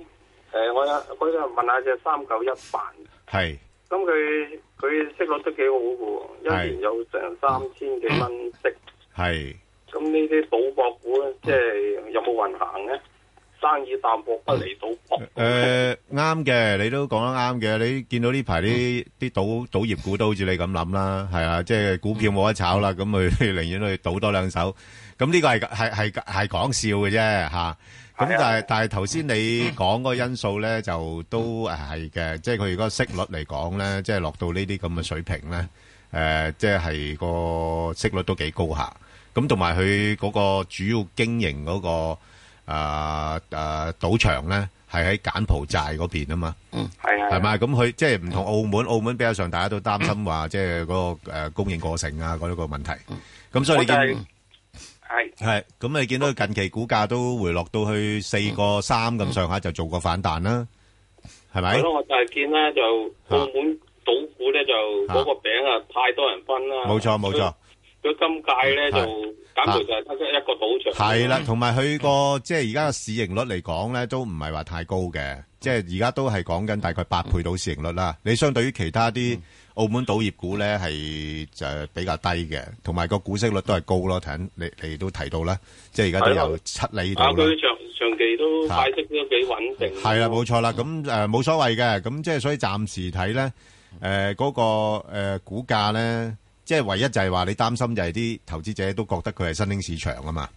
誒，我有我想問下只三九一八，
係係
咁佢佢息率都幾好嘅喎，
係
一年有成三千幾蚊息，
係。
咁呢啲賭博股咧，即係有冇運行咧？生意淡薄不離賭博，
嗯诶，啱嘅，你都講得啱嘅。你見到呢排啲啲賭賭業股都好似你咁諗啦，係啊，即係股票冇得炒啦，咁佢 寧願去賭多兩手。咁呢個係係係係講笑嘅啫吓。咁但係但係頭先你講嗰個因素咧，就都係嘅，即係佢如果息率嚟講咧，即係落到呢啲咁嘅水平咧，诶、即係個息率都幾高下。咁同埋佢嗰個主要經營嗰、個啊啊賭場咧，係喺柬埔寨嗰邊啊嘛，
係啊
係咪？咁佢即係唔同澳門，澳門比較上大家都擔心話，即係嗰個誒供應過剩啊嗰一個問題。咁所以你見
係
係咁，你見到佢近期股價都回落到去四個三咁上下，就做個反彈啦，係啊咪
係？咯，我就係見咧就澳門賭股咧就嗰個餅啊太多人分啦，
冇錯冇錯。嗯
佢今屆咧就
係
柬埔寨得一個賭場，啊
係啦，同埋佢個即係而家嘅市盈率嚟講咧，都唔係話太高嘅，即係而家都係講緊大概
嗯
八倍到市盈率啦。你相對於其他啲澳門賭業股咧，係就比較低嘅，同埋個股息率都係高咯。頭先你你都提到啦，即係而家都有七厘度
啊
啦。
佢長長期都派息都幾穩定，
係啦，冇錯啦，咁诶冇所謂嘅，咁即係所以暫時睇咧，诶、嗰、個呃股價咧，即係唯一就係話你擔心就係啲投資者都覺得佢係新興市場啊嘛，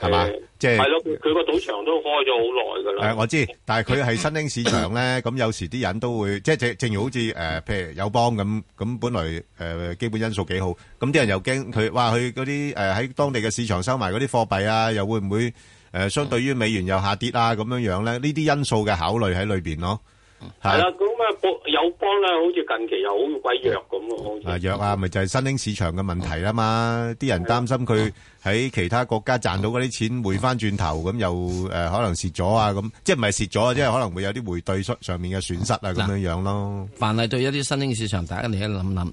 係嘛
誒，
即係
係咯，佢佢個賭場都開咗好耐㗎
诶、
啦，
嗯我知，但係佢係新興市場咧，咁有時啲人都會，即係正正如好似诶、誒譬如友邦咁，咁本來诶、誒基本因素幾好，咁啲人又驚佢，哇，佢嗰啲诶喺當地嘅市場收埋嗰啲貨幣啊，又會唔會诶、誒相對於美元又下跌啊，咁樣樣咧？呢啲因素嘅考慮喺裏边咯，
係
係
啦，咁啊博友邦咧，好似近期又好鬼弱咁喎，好
啊
似
藥啊，咪就係新興市場嘅問題啦嘛，啲人擔心佢喺其他國家賺到嗰啲錢匯翻轉頭，咁又誒、呃可能蝕咗啊，咁即係唔係蝕咗啊，即係可能會有啲匯對上上面嘅損失啊，咁樣樣咯，嗯
凡係對一啲新興市場，大家你一諗諗，誒、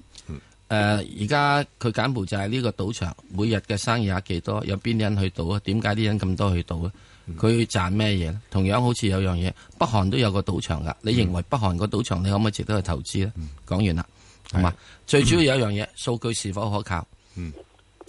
呃而家佢柬埔寨呢個賭場每日嘅生意額幾多？有邊啲人去賭啊？點解啲人咁多去賭啊？
嗯
佢賺咩嘢咧？同樣好似有樣嘢，北韓都有個賭場噶。
嗯
你認為北韓個賭場你可唔可以值得去投資咧？講完啦，係嘛？最主要有一樣嘢，數據是否可靠？
啊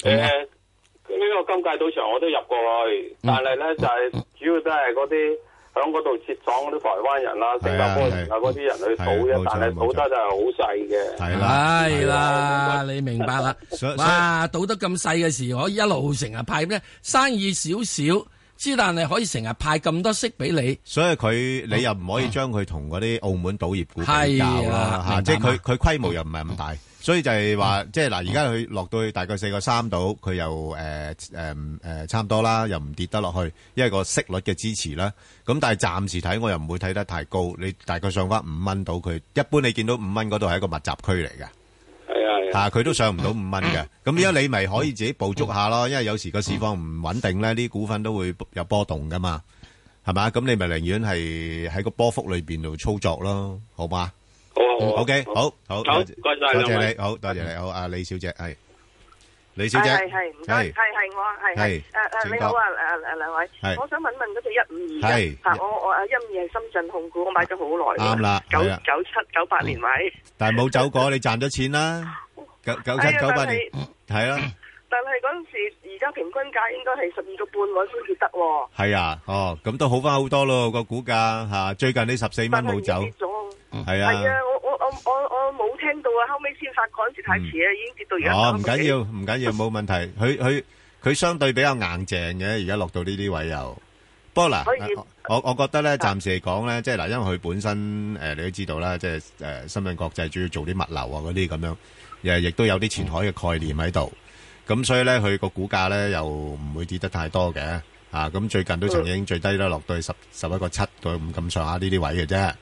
誒，呃呢個金界賭場我都入過去，
嗯
但係咧就係主要都係嗰啲響嗰度設廠嗰啲台灣人啦、新加坡人啊嗰啲人去賭
係啊冇錯，
嘅但係賭得就係好細嘅。
係啦，
啊係啦，你明白啦
所。
哇，賭得咁細嘅時，可以一路成日派咩？生意少少，之但係可以成日派咁多息俾你。
所以佢-你又唔可以將佢同嗰啲澳門賭業股比較啦，
係啊，
嚇，
明白
即係佢-
嘛。
佢規模又唔係咁大，所以就係話，即係嗱，而家佢呃嗯落到去大概四個三度，佢又，誒，誒，誒，差唔多啦，又唔跌得落去，因為個息率嘅支持啦。咁但係暫時睇我又唔會睇得太高，你大概上返五蚊到佢，一般你見到五蚊嗰度係一個密集區嚟嘅。
係啊係啊，
啊，佢都上唔到五蚊嘅，咁而家你咪可以自己捕捉下咯，因為有時個市況唔穩定咧，啲股份都會有波動噶嘛，係嘛？咁你咪寧願係喺個波幅裏邊度操作咯，好嘛
好啊好啊
？OK，好好，
好
多謝
唔該
多
晒兩
謝
位
你，好多謝你，好啊，李小姐係，李小
係
姐
係係，唔該，係
係
係我
係
係係誒誒，
請
你
講
好啊誒誒兩位
係，
我想問問嗰只一五二
係
嘅嚇，我我誒一五二係深圳控股，我買咗好耐㗎，
啱啦
九
係啦
九七九八年位，
但係冇走過，你賺咗錢啦，九九七
哎呀
九八
但係
年係啦，
但係嗰陣時而家平均價應該係十二個半我先至得喎，
係啊，哦，咁都好翻好多咯個股價嚇，最近呢十四蚊
但係
冇
而家
走
跌，咗。
係
係
啊
啊，。我我我我我冇聽到啊，後尾先發覺嗰陣時太遲啊，已經跌到而家。
哦，唔緊要，唔緊要，冇問題。佢佢佢相對比較硬淨嘅，而家落到呢啲位又。不過嗱
可以，
我我覺得咧，暫時嚟講咧，即係嗱，因為佢本身誒，你都知道啦，即係誒深圳國際主要做啲物流啊嗰啲咁樣，誒亦都有啲前海嘅概念喺度。咁所以咧，佢個股價咧又唔會跌得太多嘅。啊，咁最近都 À, 曾經最低都落到去十十一個七到五咁上下呢啲位嘅啫。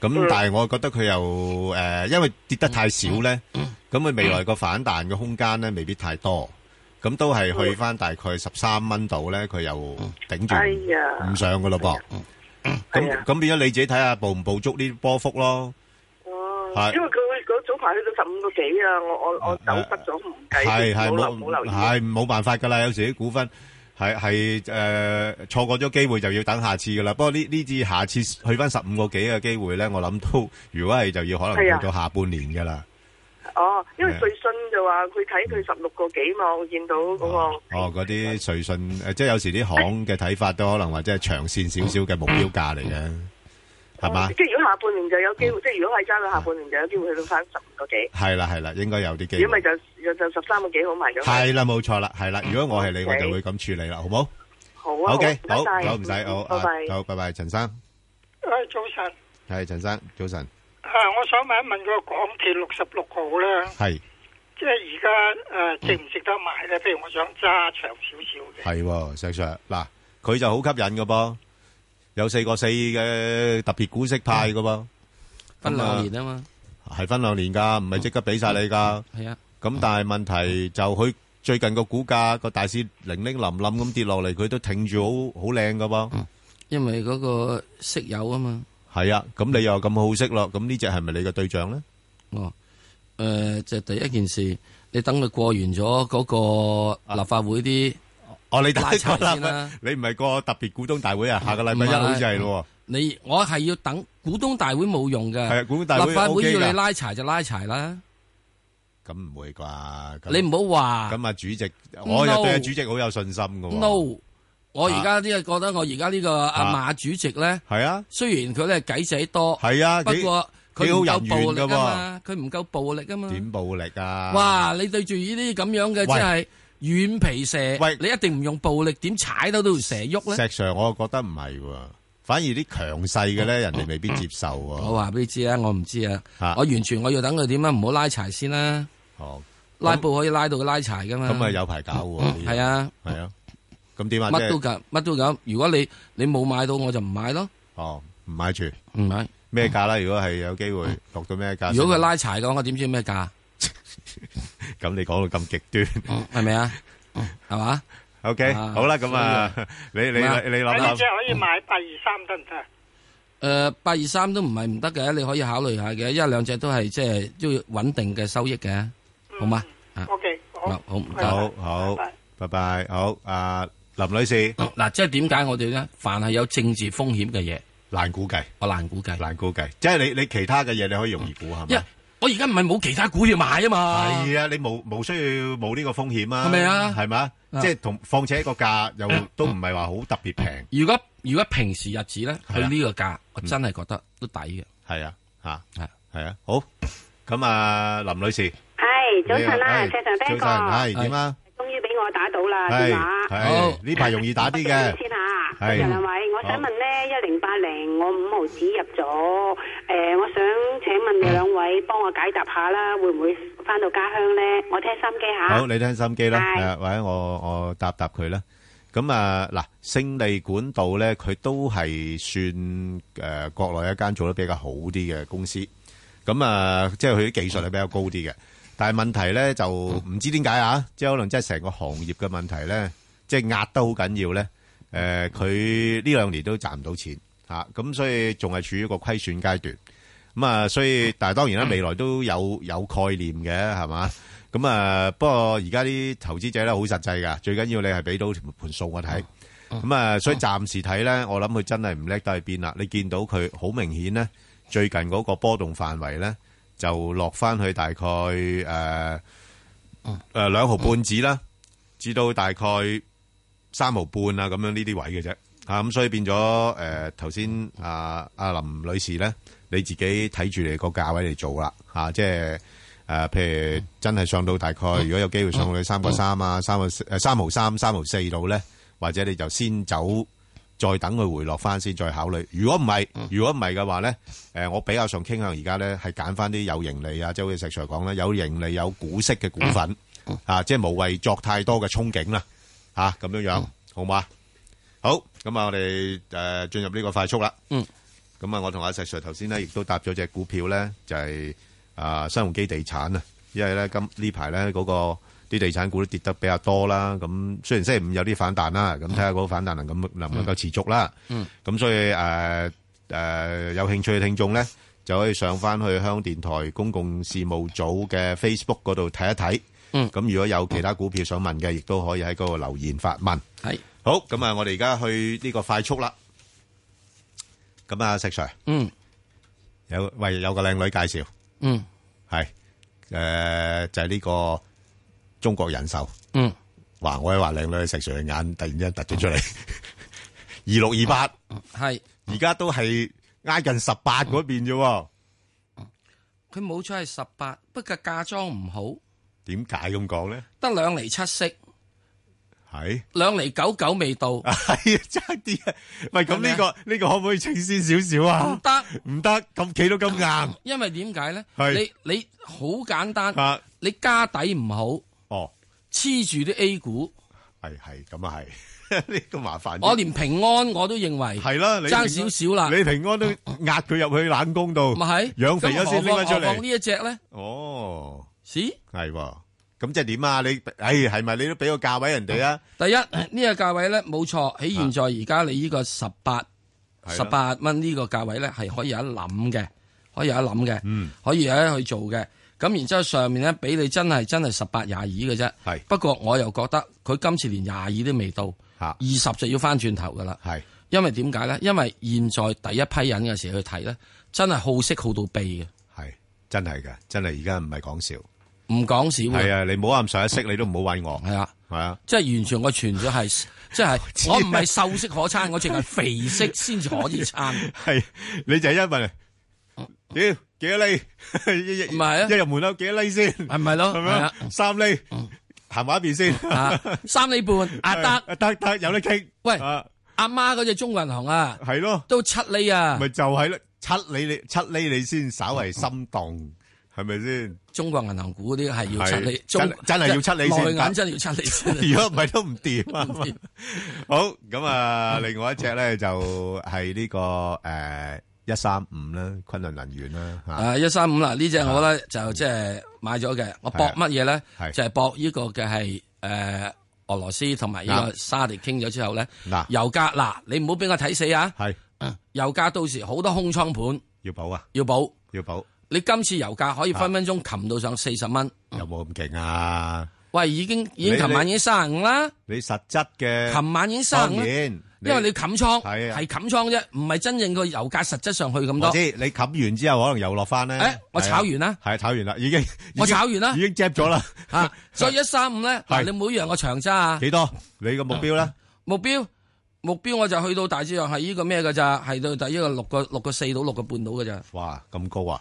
咁但係我覺得佢又誒、呃因為跌得太少咧，咁佢未來個反彈嘅空間咧未必太多，咁都係去翻大概十三蚊度咧，佢又頂住
哎呀
唔上噶咯噃。
哎呀
咁咁變咗你自己睇下捕唔捕捉呢啲波幅咯。
哦
係
因為佢佢早排去到十五個幾啊，我我我走失咗唔計，
係係
冇留
冇
冇留意。
係冇辦法㗎啦，有時啲股份係係誒錯過咗機會就要等下次㗎啦。不過呢呢次下次去翻十五個幾嘅機會咧，我諗都如果係就要可能
係啊
去到下半年㗎啦。
哦，因為
係
瑞信就話佢睇佢十六個幾嘛，我見到嗰個
嗯哦，嗰啲瑞信呃誒，即係有時啲行嘅睇法都可能或者係長線少少嘅目標價嚟嘅，
嗯
係嘛
哦？即係如果下半年就有機會，即係如果係揸到下半年就有機會去到翻十五個幾，
係啦係啦，應該有啲機
如果
會。
咪就就就十三個幾好賣咗佢。
係啦，冇錯啦，係啦。如果我係你，
OK
我就會咁處理啦，好冇
好啊
？OK，
好
好，
唔該晒
好唔使，好
拜
啊
拜，。
好，拜拜，陳生，
诶，早晨，
係陳生，早晨，
诶、啊我想問一問個港鐵六十六號咧，
係
即係而家诶值唔值得買咧？譬如我想揸長少少嘅，
係喎，石 Sir，嗱，佢就好吸引嘅噃，有四個四嘅特別股息派嘅噃，
分
咁啊
兩年啊嘛，
係分兩年㗎，唔係即刻俾晒你㗎。
係啊，
咁但係問題就佢最近個股價個大市零零冧冧咁跌落嚟，佢都挺住好好靚噶噃。
因為嗰個息友啊嘛。
係啊，咁你又咁好色咯，咁呢只係咪你嘅對象咧？
哦，誒、就第一件事，你等佢過完咗嗰個立法會啲，
哦，你
拉柴先啦
你唔係個特別股東大會啊？下個禮拜一
唔係
好似係咯
你我係要等股東大會冇用嘅，
係啊股東大會
立法會
OK 㗎
要你拉柴就拉柴啦，
喎，咁唔會啩？咁
你唔好話
咁啊，主席，我又
No
對阿主席好有信心噶。
no。我而家啲覺得我而家呢個阿
啊
馬主席咧，
係啊，
雖然佢咧計仔多，
係啊，
不
幾
過佢
幾好
唔
人
夠
緣㗎
暴力啊
喎
嘛，佢唔夠暴力啊嘛。
點暴力啊？！
哇！你對住呢啲咁樣嘅，即係軟皮蛇
喂，
你一定唔用暴力，點踩到條蛇喐
石
咧？
Sir，我覺得唔係喎，反而啲強勢嘅咧，人哋未必接受
我
喎。
話俾你知啊，我唔知啊
啊，
我完全我要等佢點啊，唔好拉柴先啦，
哦，
拉布可以拉到佢拉柴噶嘛。
咁啊，有排搞喎。
係，啊，
係啊，咁點啊？即
乜
係
都咁，乜都咁。如果你你冇買到，我就唔買咯，
哦，唔買住
唔買。
咩價啦？如果係有機會落到咩價？
如果佢拉柴嘅話，我點知咩價？
咁，你講到咁極端
係咪啊？係嘛？
，OK，
啊
好啦，咁啊，你你你你
咁啊
咁呢
諗
只
諗，
可以買八二三得唔啊得？
誒呃八二三都唔係唔得嘅，你可以考慮下嘅，因為兩隻都係即係都要穩定嘅收益嘅。好嘛？啊
OK，好，
好好唔
啊
該
嗯好好，拜拜，好啊，林女士，
嗱，即係點解我哋咧，凡係有政治風險嘅嘢，
難估計，
我難估計，
難估計，即係你你其他嘅嘢你可以容易估係
因
咪
為？我而家唔係冇其他股票買啊嘛。
係啊，你冇冇需要冇呢個風險啊？
係咪啊？
係咪啊？
啊。
即係同-況且個價又都唔係話好特別平，
如果如果平時日子咧，
係
佢
啊
呢個價，我真係覺得都抵嘅。
係啊，嚇，
係。
係啊，好。咁啊，林女士，
系早晨啊啦，
你好，係，
石上 b
早
哥，
晨，係，點啊？
终于俾我打到啦
係，
電話。啊
係，
好。
呢排容易打啲嘅，
先吓，多
係
謝兩位，我想問咧一零八零，我五毫子入咗，诶、我想請問你兩位
嗯
幫我解答下啦，會唔會翻到家鄉咧？我聽心機吓。
好，你聽心機啦，
係。
係啊，或者我-啊呃我答答佢啦。咁啊，嗱，勝利管道呢，佢都係算，呃，國內一間做得比較好啲嘅公司。咁啊，即係佢啲技術係比較高啲嘅。但係問題呢，就啊呃唔知點解啊，即係可能真係成個行業嘅問題呢，即係壓得好緊要呢，誒，佢呢兩年都賺唔到錢，啊，咁所以仲係處於一個虧損階段。咁啊，所以但係當然啦，未來都有有概念嘅，係嘛？咁啊，不過而家啲投資者咧好實際㗎，最緊要你係俾到條盤數我睇。咁啊，所以暫時睇咧，我諗佢真係唔叻得去邊啦。你見到佢好明顯咧，最近嗰個波動範圍咧就落翻去大概誒誒兩毫半子啦，至到大概三毫半啊咁樣呢啲位嘅啫。啊，咁所以變咗誒頭先啊阿林女士咧，你自己睇住你個價位嚟做啦，嚇、即係誒、呃譬如真係上到大概，如果有機會上到三個三啊，三個誒三毫三、三毫四度咧，或者你就先走，再等佢回落翻先再考慮。如果唔係，如果唔係嘅話咧，誒、我比較上傾向而家咧係揀翻啲有盈利啊，即係好似石 Sir 講啦，有盈利有股息嘅股份啊，即係無謂作太多嘅憧憬啦，嚇、咁樣樣好嘛？好，咁啊，我哋诶进入呢個快速啦。
嗯。
咁啊，我同阿石 Sir 頭先咧，亦都搭咗只股票咧，就係啊新鴻基地產啊，因為咧今呢排咧嗰個啲地產股都跌得比較多啦。咁雖然星期五有啲反彈啦，咁睇下嗰個反彈能咁能唔能夠持續啦。
嗯。
咁所以诶诶有興趣嘅聽眾咧，就可以上翻去香港電台公共事務組嘅 Facebook 嗰度睇一睇。
嗯
咁如果有其他股票想問嘅，亦都可以喺嗰度留言發問。
係，
好，咁啊，我哋而家去呢個快速啦。咁啊，石 Sir
嗯
有喂有個靚女介紹，
嗯
係诶、呃就係呢個中國人壽。
嗯，
哇！我一話靚女，石 Sir 嘅眼突然之間突咗出嚟，二六二八，
係
而家都係挨近十八嗰邊啫喎。
佢冇咗係十八，不過嫁妝唔好，
點解咁講咧？
得兩厘七息，
係
兩厘九九未到，唔
係啊，差啲啊！喂，咁呢、
係咪
個呢、個可唔可以清先少少啊？
得，
唔得，咁企到咁硬
因為點解咧？
係
你你好簡單，
啊！
你家底唔好，
哦。
黐住啲 A 股，
係係咁啊係， 呢個麻煩啲。
我連平安我都認為
係啦，你
爭
平安
少少啦，
你平安都壓佢入去冷宮度，
咪係
養肥咗先拎翻出
咁何況何況呢
嚟。
一隻咧，
哦，
是。
係喎，咁即係點啊？你唉係咪你都俾個價位人哋啊？
第一呢、個價位咧冇錯，喺現在而家你呢個十八
係
十
啦
八蚊呢個價位咧係可以有得諗嘅，可以有得諗嘅，
嗯
可以有得去做嘅。咁然之後上面咧俾你真係真係十八廿二嘅啫。
係
不過我又覺得佢今次連廿二都未到，
嚇
二十就要翻轉頭噶啦。
係
因為點解咧？因為現在第一批人嘅時候去睇咧，真係好色好到痹嘅，
係真係嘅，真係而家唔係講笑。
唔講少
係
嘅，
啊，你唔好咁上一息，你都唔好揾我。
係啊。
係啊，
即係完全我全咗 係，即係我唔係瘦色可餐，我淨係肥 色先至可以餐。
係你就係因為屌幾多厘？一
唔係啊
一入門口幾多厘先？
系咪咯？
係
系
咪啊
啊，？
三厘行埋一邊先。
啊三厘半啊得，
得得有得傾。
喂
啊
阿媽嗰只中銀行啊，
係咯，
都七厘啊
咪，就係咯，七厘你七厘你先稍為心動，係咪先？
中國銀行股嗰啲係要七厘，
係真真係要七厘先
內眼真係要七厘先。
如果唔係都唔掂啊
唔掂！
好咁啊，另外一隻咧就係呢個诶一三五啦，昆侖能源啦吓，
啊，一三五啦，呢只我咧就即係買咗嘅，我搏乜嘢咧
係？
就係搏呢個嘅係诶俄羅斯同埋呢個
嗱
沙地傾咗之後咧，
嗱
油價嗱，你唔好俾我睇死啊！
係
油價到時好多空倉盤
要補啊，
要補。
要補
你今次油價
啊
可以分分鐘擒到上四十蚊。
有冇咁勁啊？
喂，已經已經
你
琴晚已經三十五啦，
你實質嘅，
琴晚已經三十
當
五啦，
然
因
你
為你冚倉
係啊
係冚倉啫，唔係真正個油價實質上去咁
我
多。
知你冚完之後可能又落翻咧。
誒我
係啊
炒完啦，
係啊炒完啦，已經
我炒完啦
已經 jab 咗啦。
啊，所以一三五咧，嗱
係
你每樣我長揸啊。
幾多？你個目標咧？
目標目標我就去到大致上係呢個咩㗎咋，係到第一個六個六個四到六個半到㗎咋。
哇，咁高啊！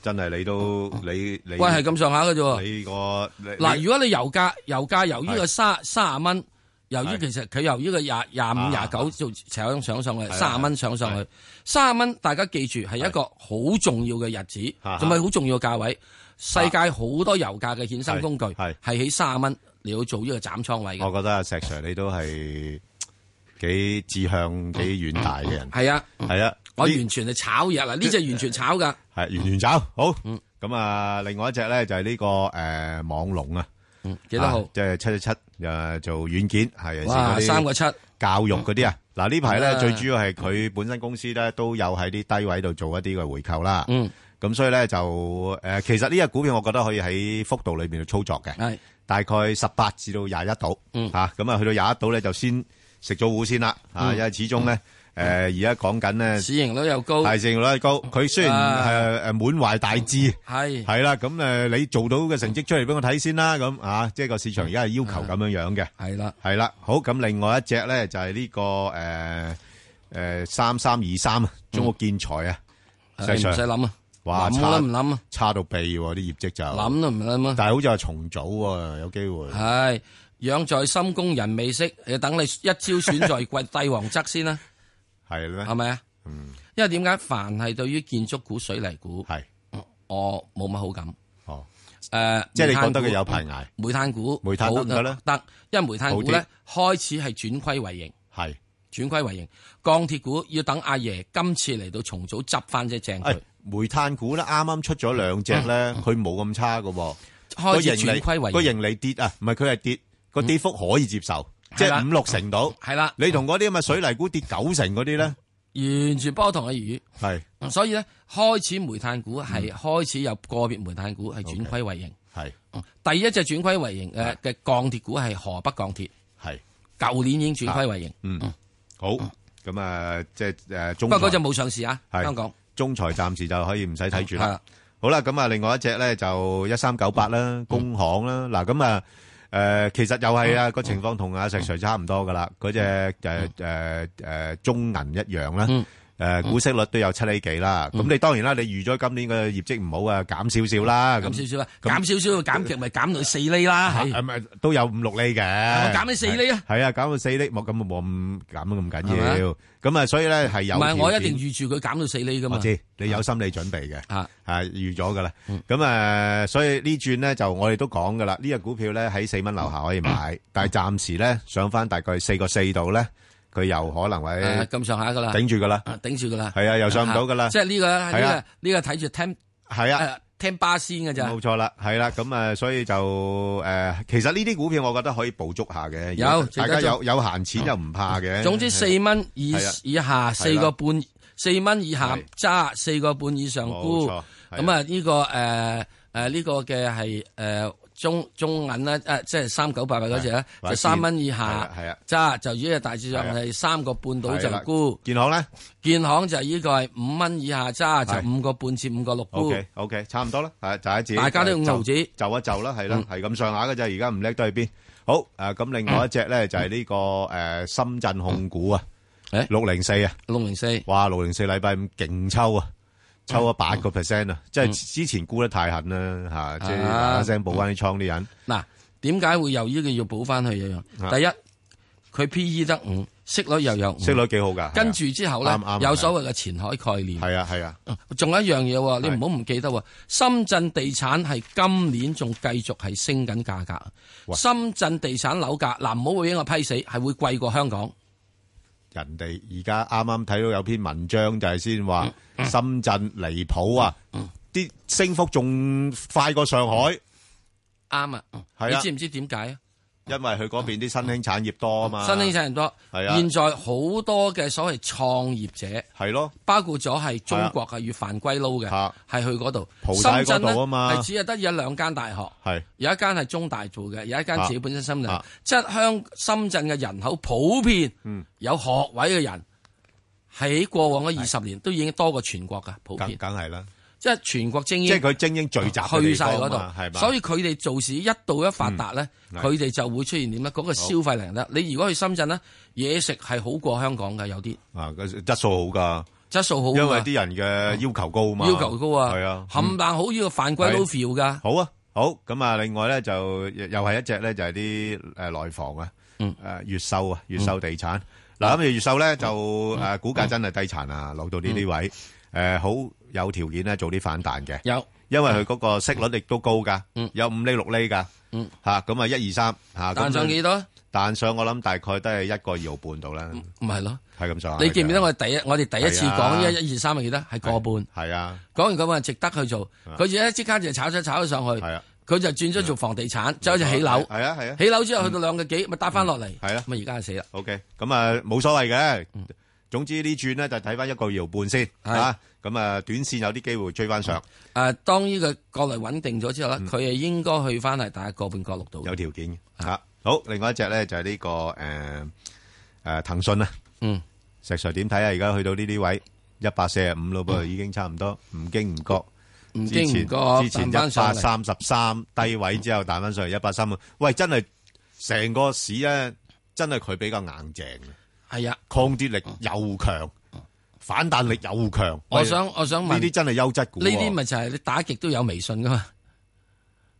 真係你都你你
喂，係咁上下嘅啫喎。
你個你
嗱，
你
如果你油價油價由呢個
係
三三十蚊，由於
係
其實佢由呢個廿廿
啊
五廿九就上上上去，
係啦
三十蚊上上去，三十蚊大家記住係一個好重要嘅日子，
啊
同埋好重要嘅價位。世界好多油價嘅衍生工具係喺三十蚊，你要做呢個斬倉位
我
嘅。
覺得阿石 Sir 你都係幾志向幾遠大嘅人。
係啊，
係啊，
我
呢
完全係炒嘢嗱，呢只完全炒㗎。
係完完走好。咁啊，另外一隻咧就係呢個誒網龍啊，
嗯幾多號
啊即係七七七誒做軟件係尤其是
哇
嗰啲
三個七
教育嗰啲啊。嗱呢排咧
嗯
最主要係佢本身公司咧都有喺啲低位度做一啲嘅回購啦。
嗯，
咁所以咧就誒其實呢隻股票我覺得可以喺幅度裏邊度操作嘅。
係
大概十八至到廿一度，
嗯
吓咁啊，去到廿一度咧就先食咗糊先啦，吓，
嗯
因為始終咧，誒而家講緊咧
市盈率又高，
大市盈率
啊
高，佢雖然誒誒滿懷大志，
係
係啦，咁誒你做到嘅成績出嚟俾我睇先啦，咁啊，即係個市場而家係要
嗯
求咁樣樣嘅，
係啦，
係啦，好咁，另外一隻咧就係呢個誒誒三三二三啊，中國建材啊，
誒
石
唔
Sir
使諗啊，
哇，
嗯諗
差哦
都唔諗啊，
差到痹喎，啲業績就
諗啊都唔諗啊。
但係好似係重組喎，有機會。
系养在深宫人未識，你等你一朝选在貴帝王侧先 啦，
係咩？
係咪啊？
嗯，
因為點解凡係對於建築股、水泥股，
係
我冇乜好感。
哦，
诶，
即係你
煤炭
覺得
股
佢有排捱
煤炭股，
煤炭得唔得咧
好得，因為煤炭股咧開始係轉虧為盈，
係
轉虧為盈。鋼鐵股要等阿爺今次嚟到重組執翻只正
哎
佢，
煤炭股咧，啱啱出咗兩隻咧，佢冇咁差嘅喎，
開始
個盈利
轉虧為盈
個盈利跌啊，唔係佢係跌，個跌幅可以接受，即係
係
五
啦
六成到。
係啦，
你同嗰啲咁嘅水泥股跌九成嗰啲咧，
完全波同嘅魚。嗯
係
所以咧，開始煤炭股
嗯
係開始有個別煤炭股係轉虧為盈。
係
第一隻轉虧為盈誒嘅鋼鐵股係河北鋼鐵，
係，
舊年已經轉虧為盈，
嗯，好，咁啊，即係誒中
不過嗰
財
隻冇上市啊，
係
香港
中財暫時就可以唔使睇住
係
啦
啊。
好啦，咁啊，另外一隻咧就一三九八啦，工行啦，嗱咁啊，誒其實又係啊個情況同阿石 Sir 差唔多噶啦，嗰只誒誒誒中銀一樣啦，誒股息率都有七厘幾啦，咁你當然啦，你預咗今年嘅業績唔好啊，減少少啦，
減
咁啊
少少啦，減少少減極咪減到四厘啦，係
係咪都有五六厘嘅？
減咗四厘啊！
係啊，減到四厘，冇咁冇咁減得咁緊
係
要，咁啊，所以咧係有
唔係我
條
一定
件
預住佢減到四厘噶
我
嘛，
知你有心理準備嘅，
啊
係預咗噶啦。咁啊，所以呢轉咧就我哋都講噶啦，呢只股票咧喺四蚊樓下可以買，但係暫時咧上翻大概四個四度咧，佢又可能會
誒啊咁上下噶啦，
頂住噶啦，
啊頂住噶啦，
係啊，又上唔到噶啦
啊，即係呢個呢
係啊
個呢個睇住聽
係啊。
誒聽巴先嘅咋，
冇錯啦，係啦，咁啊，所以就誒，其實呢啲股票我覺得可以捕捉下嘅，
有
如果
值
大
得
家有
捉
有閒錢就唔怕嘅。
總之四蚊以
啊係啊
以下四個半，四蚊以下
係
揸四個半以上沽。
冇錯係啊
咁啊，呢個誒誒呢個嘅係誒中中銀咧，誒即係三九八八嗰只咧，
係
就三蚊以下
係啊
揸，就依個大致上
係啊
係三個半到
係
就
啦
沽。
建行咧
建行就依個係五蚊以下揸，
係
就五個半至五個六沽。
，OK OK，差唔多啦，係就係自己
大家都用
就
毫
就
子，
一就啦，係啦，係咁上下嘅啫。而家唔叻都去邊？好誒，咁另外一隻咧就係呢個誒深圳控股啊，
誒
六零四啊，
六零四
哇，六零四禮拜五勁抽啊，抽咗八個 percent 啊，即係之前沽得太狠啦嚇，即係嗱嗱聲補翻啲倉啲人，
嗱，點解會由呢個要補翻去一樣？
啊
第一，佢 P E 得五，息率又有五
息率幾好㗎。
跟住之後咧
啱啱，
有所謂嘅前海概念。
係啊係啊，
仲有一樣嘢喎，你唔好唔記得喎。深圳地產係今年仲繼續係升緊價格。深圳地產樓價嗱，唔好俾我批死，係會貴過香港。
人哋而家啱啱睇到有篇文章就係先話深圳離譜啊，啲升幅仲快過上海，
啱啊！
係
你
啊
知唔知點解啊？
因為佢嗰邊啲新興產業多啊嘛。
新興產業多，
係啊
現在好多嘅所謂創業者
係咯，
包括咗係中國係要犯歸撈嘅，係去嗰度。
啊蒲晒嗰
深圳咧
度啊嘛
係只係得有兩間大學，
係
有一間係中大做嘅，有一間
啊嗯
自己本身深圳。即係香深圳嘅人口普遍有學位嘅人，喺過往嘅二十年都已經多過全國㗎，普遍。
梗係啦，
即係全國精英。
即係佢精英聚集嘅
去
地
晒
方
嗰
啊嘛係
度，
嘛？
所以佢哋做事一到一發達咧，
嗯
佢哋就會出現點咧？嗰個消費能力，你如果去深圳咧，嘢食係好過香港嘅，有啲
啊，個質素好噶，
質素好㗎，
因為啲人嘅要求高啊嘛，
要求高啊，
係啊，
冚唪唥好要犯規
係
都 feel 噶，
好啊，好咁啊，另外咧就又又係一隻咧就係啲誒內房啊，
嗯，
誒越秀啊，越秀地產嗱，咁越秀咧就誒股價真係低殘啊，落到呢啲位誒好有條件咧做啲反彈嘅，
有，
因為佢嗰個息率亦都高噶，有五厘六厘噶，
嗯，
嚇咁啊一二三嚇，
彈上幾多？
彈上我諗大概都係一個二毫半到啦，
唔係咯，
係咁上下。
你記唔記得我哋第一我哋第一次
係啊
講一一二三係幾多？係個半，
係啊，
講完個半係值得去做，佢而家即刻就炒咗炒咗上去，佢就轉咗做房地產，走去起樓，
嗯係啊係啊嗯
起樓之後去到兩個幾，咪搭翻落嚟，
係啦，
咁啊而家係死啦。
OK，咁啊冇所謂嘅。總之呢轉咧就睇翻一個搖半先啊，咁啊短線有啲機會追翻上，
誒，啊當呢個國內穩定咗之
嗯
後咧，佢係應該去翻係大概個半個六度。
有條件嘅嚇。好，另外一隻咧就係呢個誒誒騰訊啊，
嗯，
石 Sir 點睇啊？而家去到呢啲位一百四十五咯噃，已經差唔多，唔經唔覺。
唔
之
經唔
前
覺
之前一
彈
百
翻上
三
嚟
十三低位之後彈翻上嚟一百三啊！喂，真係成個市咧，真係佢比較硬淨嘅，
係啊，
抗跌力又強，反彈力又強。
哦我
喂
想我想問
呢啲真係優質股
呢
喎，
啲咪就係你打極都有微信噶嘛？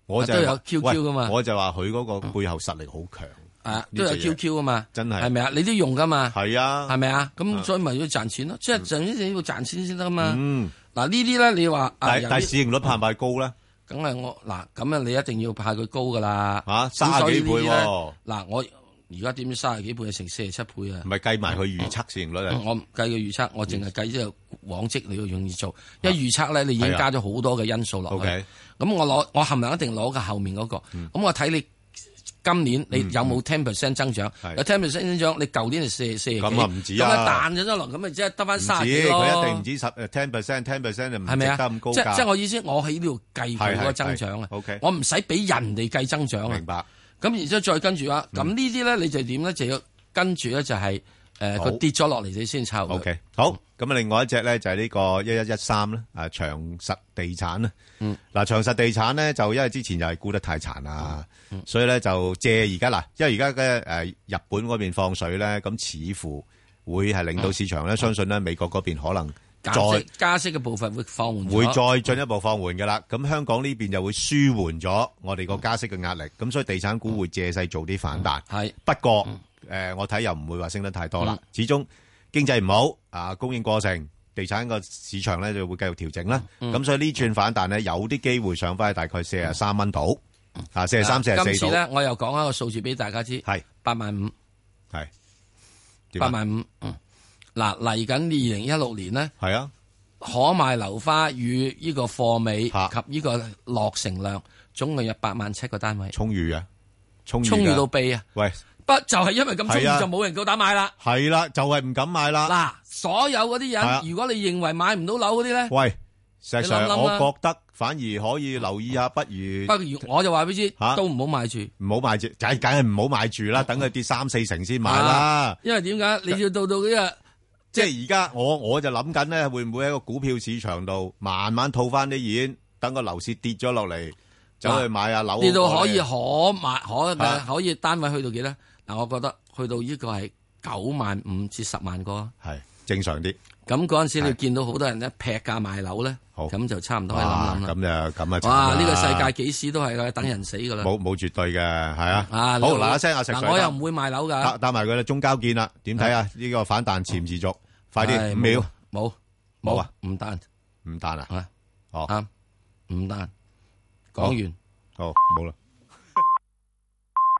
我就
都
係
有
話
QQ 噶嘛
喂我就話佢嗰個背後實力好強。
啊，
呢
都有
隻嘢
QQ 啊嘛，
真係
係咪啊？你都用噶嘛？
係啊，
係咪啊？
啊
咁所以咪要賺錢咯，即係首先你要賺錢先得噶嘛。
嗯，
嗱呢啲咧，你話啊
但
有啲
但市盈率怕唔怕高咧？
梗係我嗱咁啊，你一定要派佢高噶啦。
嚇
咁所
30幾
以
倍
呢啲呢
喎
嗱，我而家點三十幾倍啊，成四十七倍啊
唔。係計埋佢預測市盈率啊？
我唔計嘅預測，我淨係計呢個往績你要容易做，因為預測咧你已
啊
經加咗好多嘅因素落去。
係啊
咁我攞我含量一定攞嘅後面嗰個。咁我睇你今年你有冇 ten percent 增長？有 ten percent 增長，你舊年係四四幾
咁啊唔止
咁
啊
啊彈咗咗落，咁咪即係得翻
唔止，
三十幾咯。
佢一定唔止十呃 ten percent，ten percent 就唔
係
值
咪
得
啊？
咁高
即
價。
即係我意思，我喺呢度計佢嗰個增長啊。
係係係，OK
我唔使俾人哋計增長啊。
明白。
咁然之後再跟住啊，咁呢啲咧你就點咧就要跟住咧就係誒
好
佢跌咗落嚟你先抽。
OK，好。咁啊，另外一隻咧就係呢個一一一三啦，啊長實地產啦。
嗯。
嗱，長實地產咧就因為之前就係沽得太殘啦，
嗯
所以咧就借而家嗱，因為而家嘅誒日本嗰邊放水咧，咁似乎會係令到市場咧相信咧美國嗰邊可能
加
再
嗯息加息嘅部分會放緩咗，
會再進一步放緩嘅啦。咁香港呢邊就會舒緩咗我哋個加息嘅壓力，咁所以地產股會借勢做啲反彈。
係
不過誒，我睇又唔會話升得太多啦。始終經濟唔好啊，供應過剩，地產個市場咧就會繼續調整啦。
嗯
咁所以呢轉反彈咧，有啲機會上翻去大概四十三蚊度啊，四十三、四十
今
四
次
度。
咧，我又講一個數字俾大家知，
係
八萬五，
係點啊
八萬五。嗯嗱，嚟緊二零一六年呢，
係啊，
可賣樓花與呢個貨尾及呢個落成量，總共有八萬七個單位，
充裕啊，充裕
充裕
㗎
到痹啊！
喂，
不就係因為咁充裕
係啊
就冇人夠膽買啦。
係啦，就係唔敢買啦。
嗱，所有嗰啲
係啊
人，如果你認為買唔到樓嗰啲咧，
喂，石
你諗
Sir，
諗
我
啦
覺得反而可以留意下，不如
不如我就話俾你知
嚇，
都唔好買住。
唔好買住，梗梗係唔好買住啦，等佢跌三四成先買啦
啊。因為點解你要到到呢個？
即係而家我我就諗緊咧，會唔會喺個股票市場度慢慢套翻啲現，等個樓市跌咗落嚟，走去買下樓。
呢度可以可買可
啊
可以單位去到幾咧？嗱，我覺得去到呢個係九萬五至十萬個啊。
係正常啲。
咁嗰陣時你見到好多人咧劈價賣樓咧，咁就差唔多可以
哇
諗諗啦。
咁就咁啊！
哇！呢個世界幾時都係㗎等人死㗎啦。
冇冇絕對嘅，係啊。好
啊！
嗱一聲啊，石
嗱
Sir，
我又唔會賣樓
搭
㗎。
搭埋佢啦，中交建啦，點睇啊？呢個反彈持唔持續？快啲
唉
五秒，
冇
冇啊，
唔彈
唔彈啊？
啊，
哦，
啱，唔彈。講完。
好，冇啦。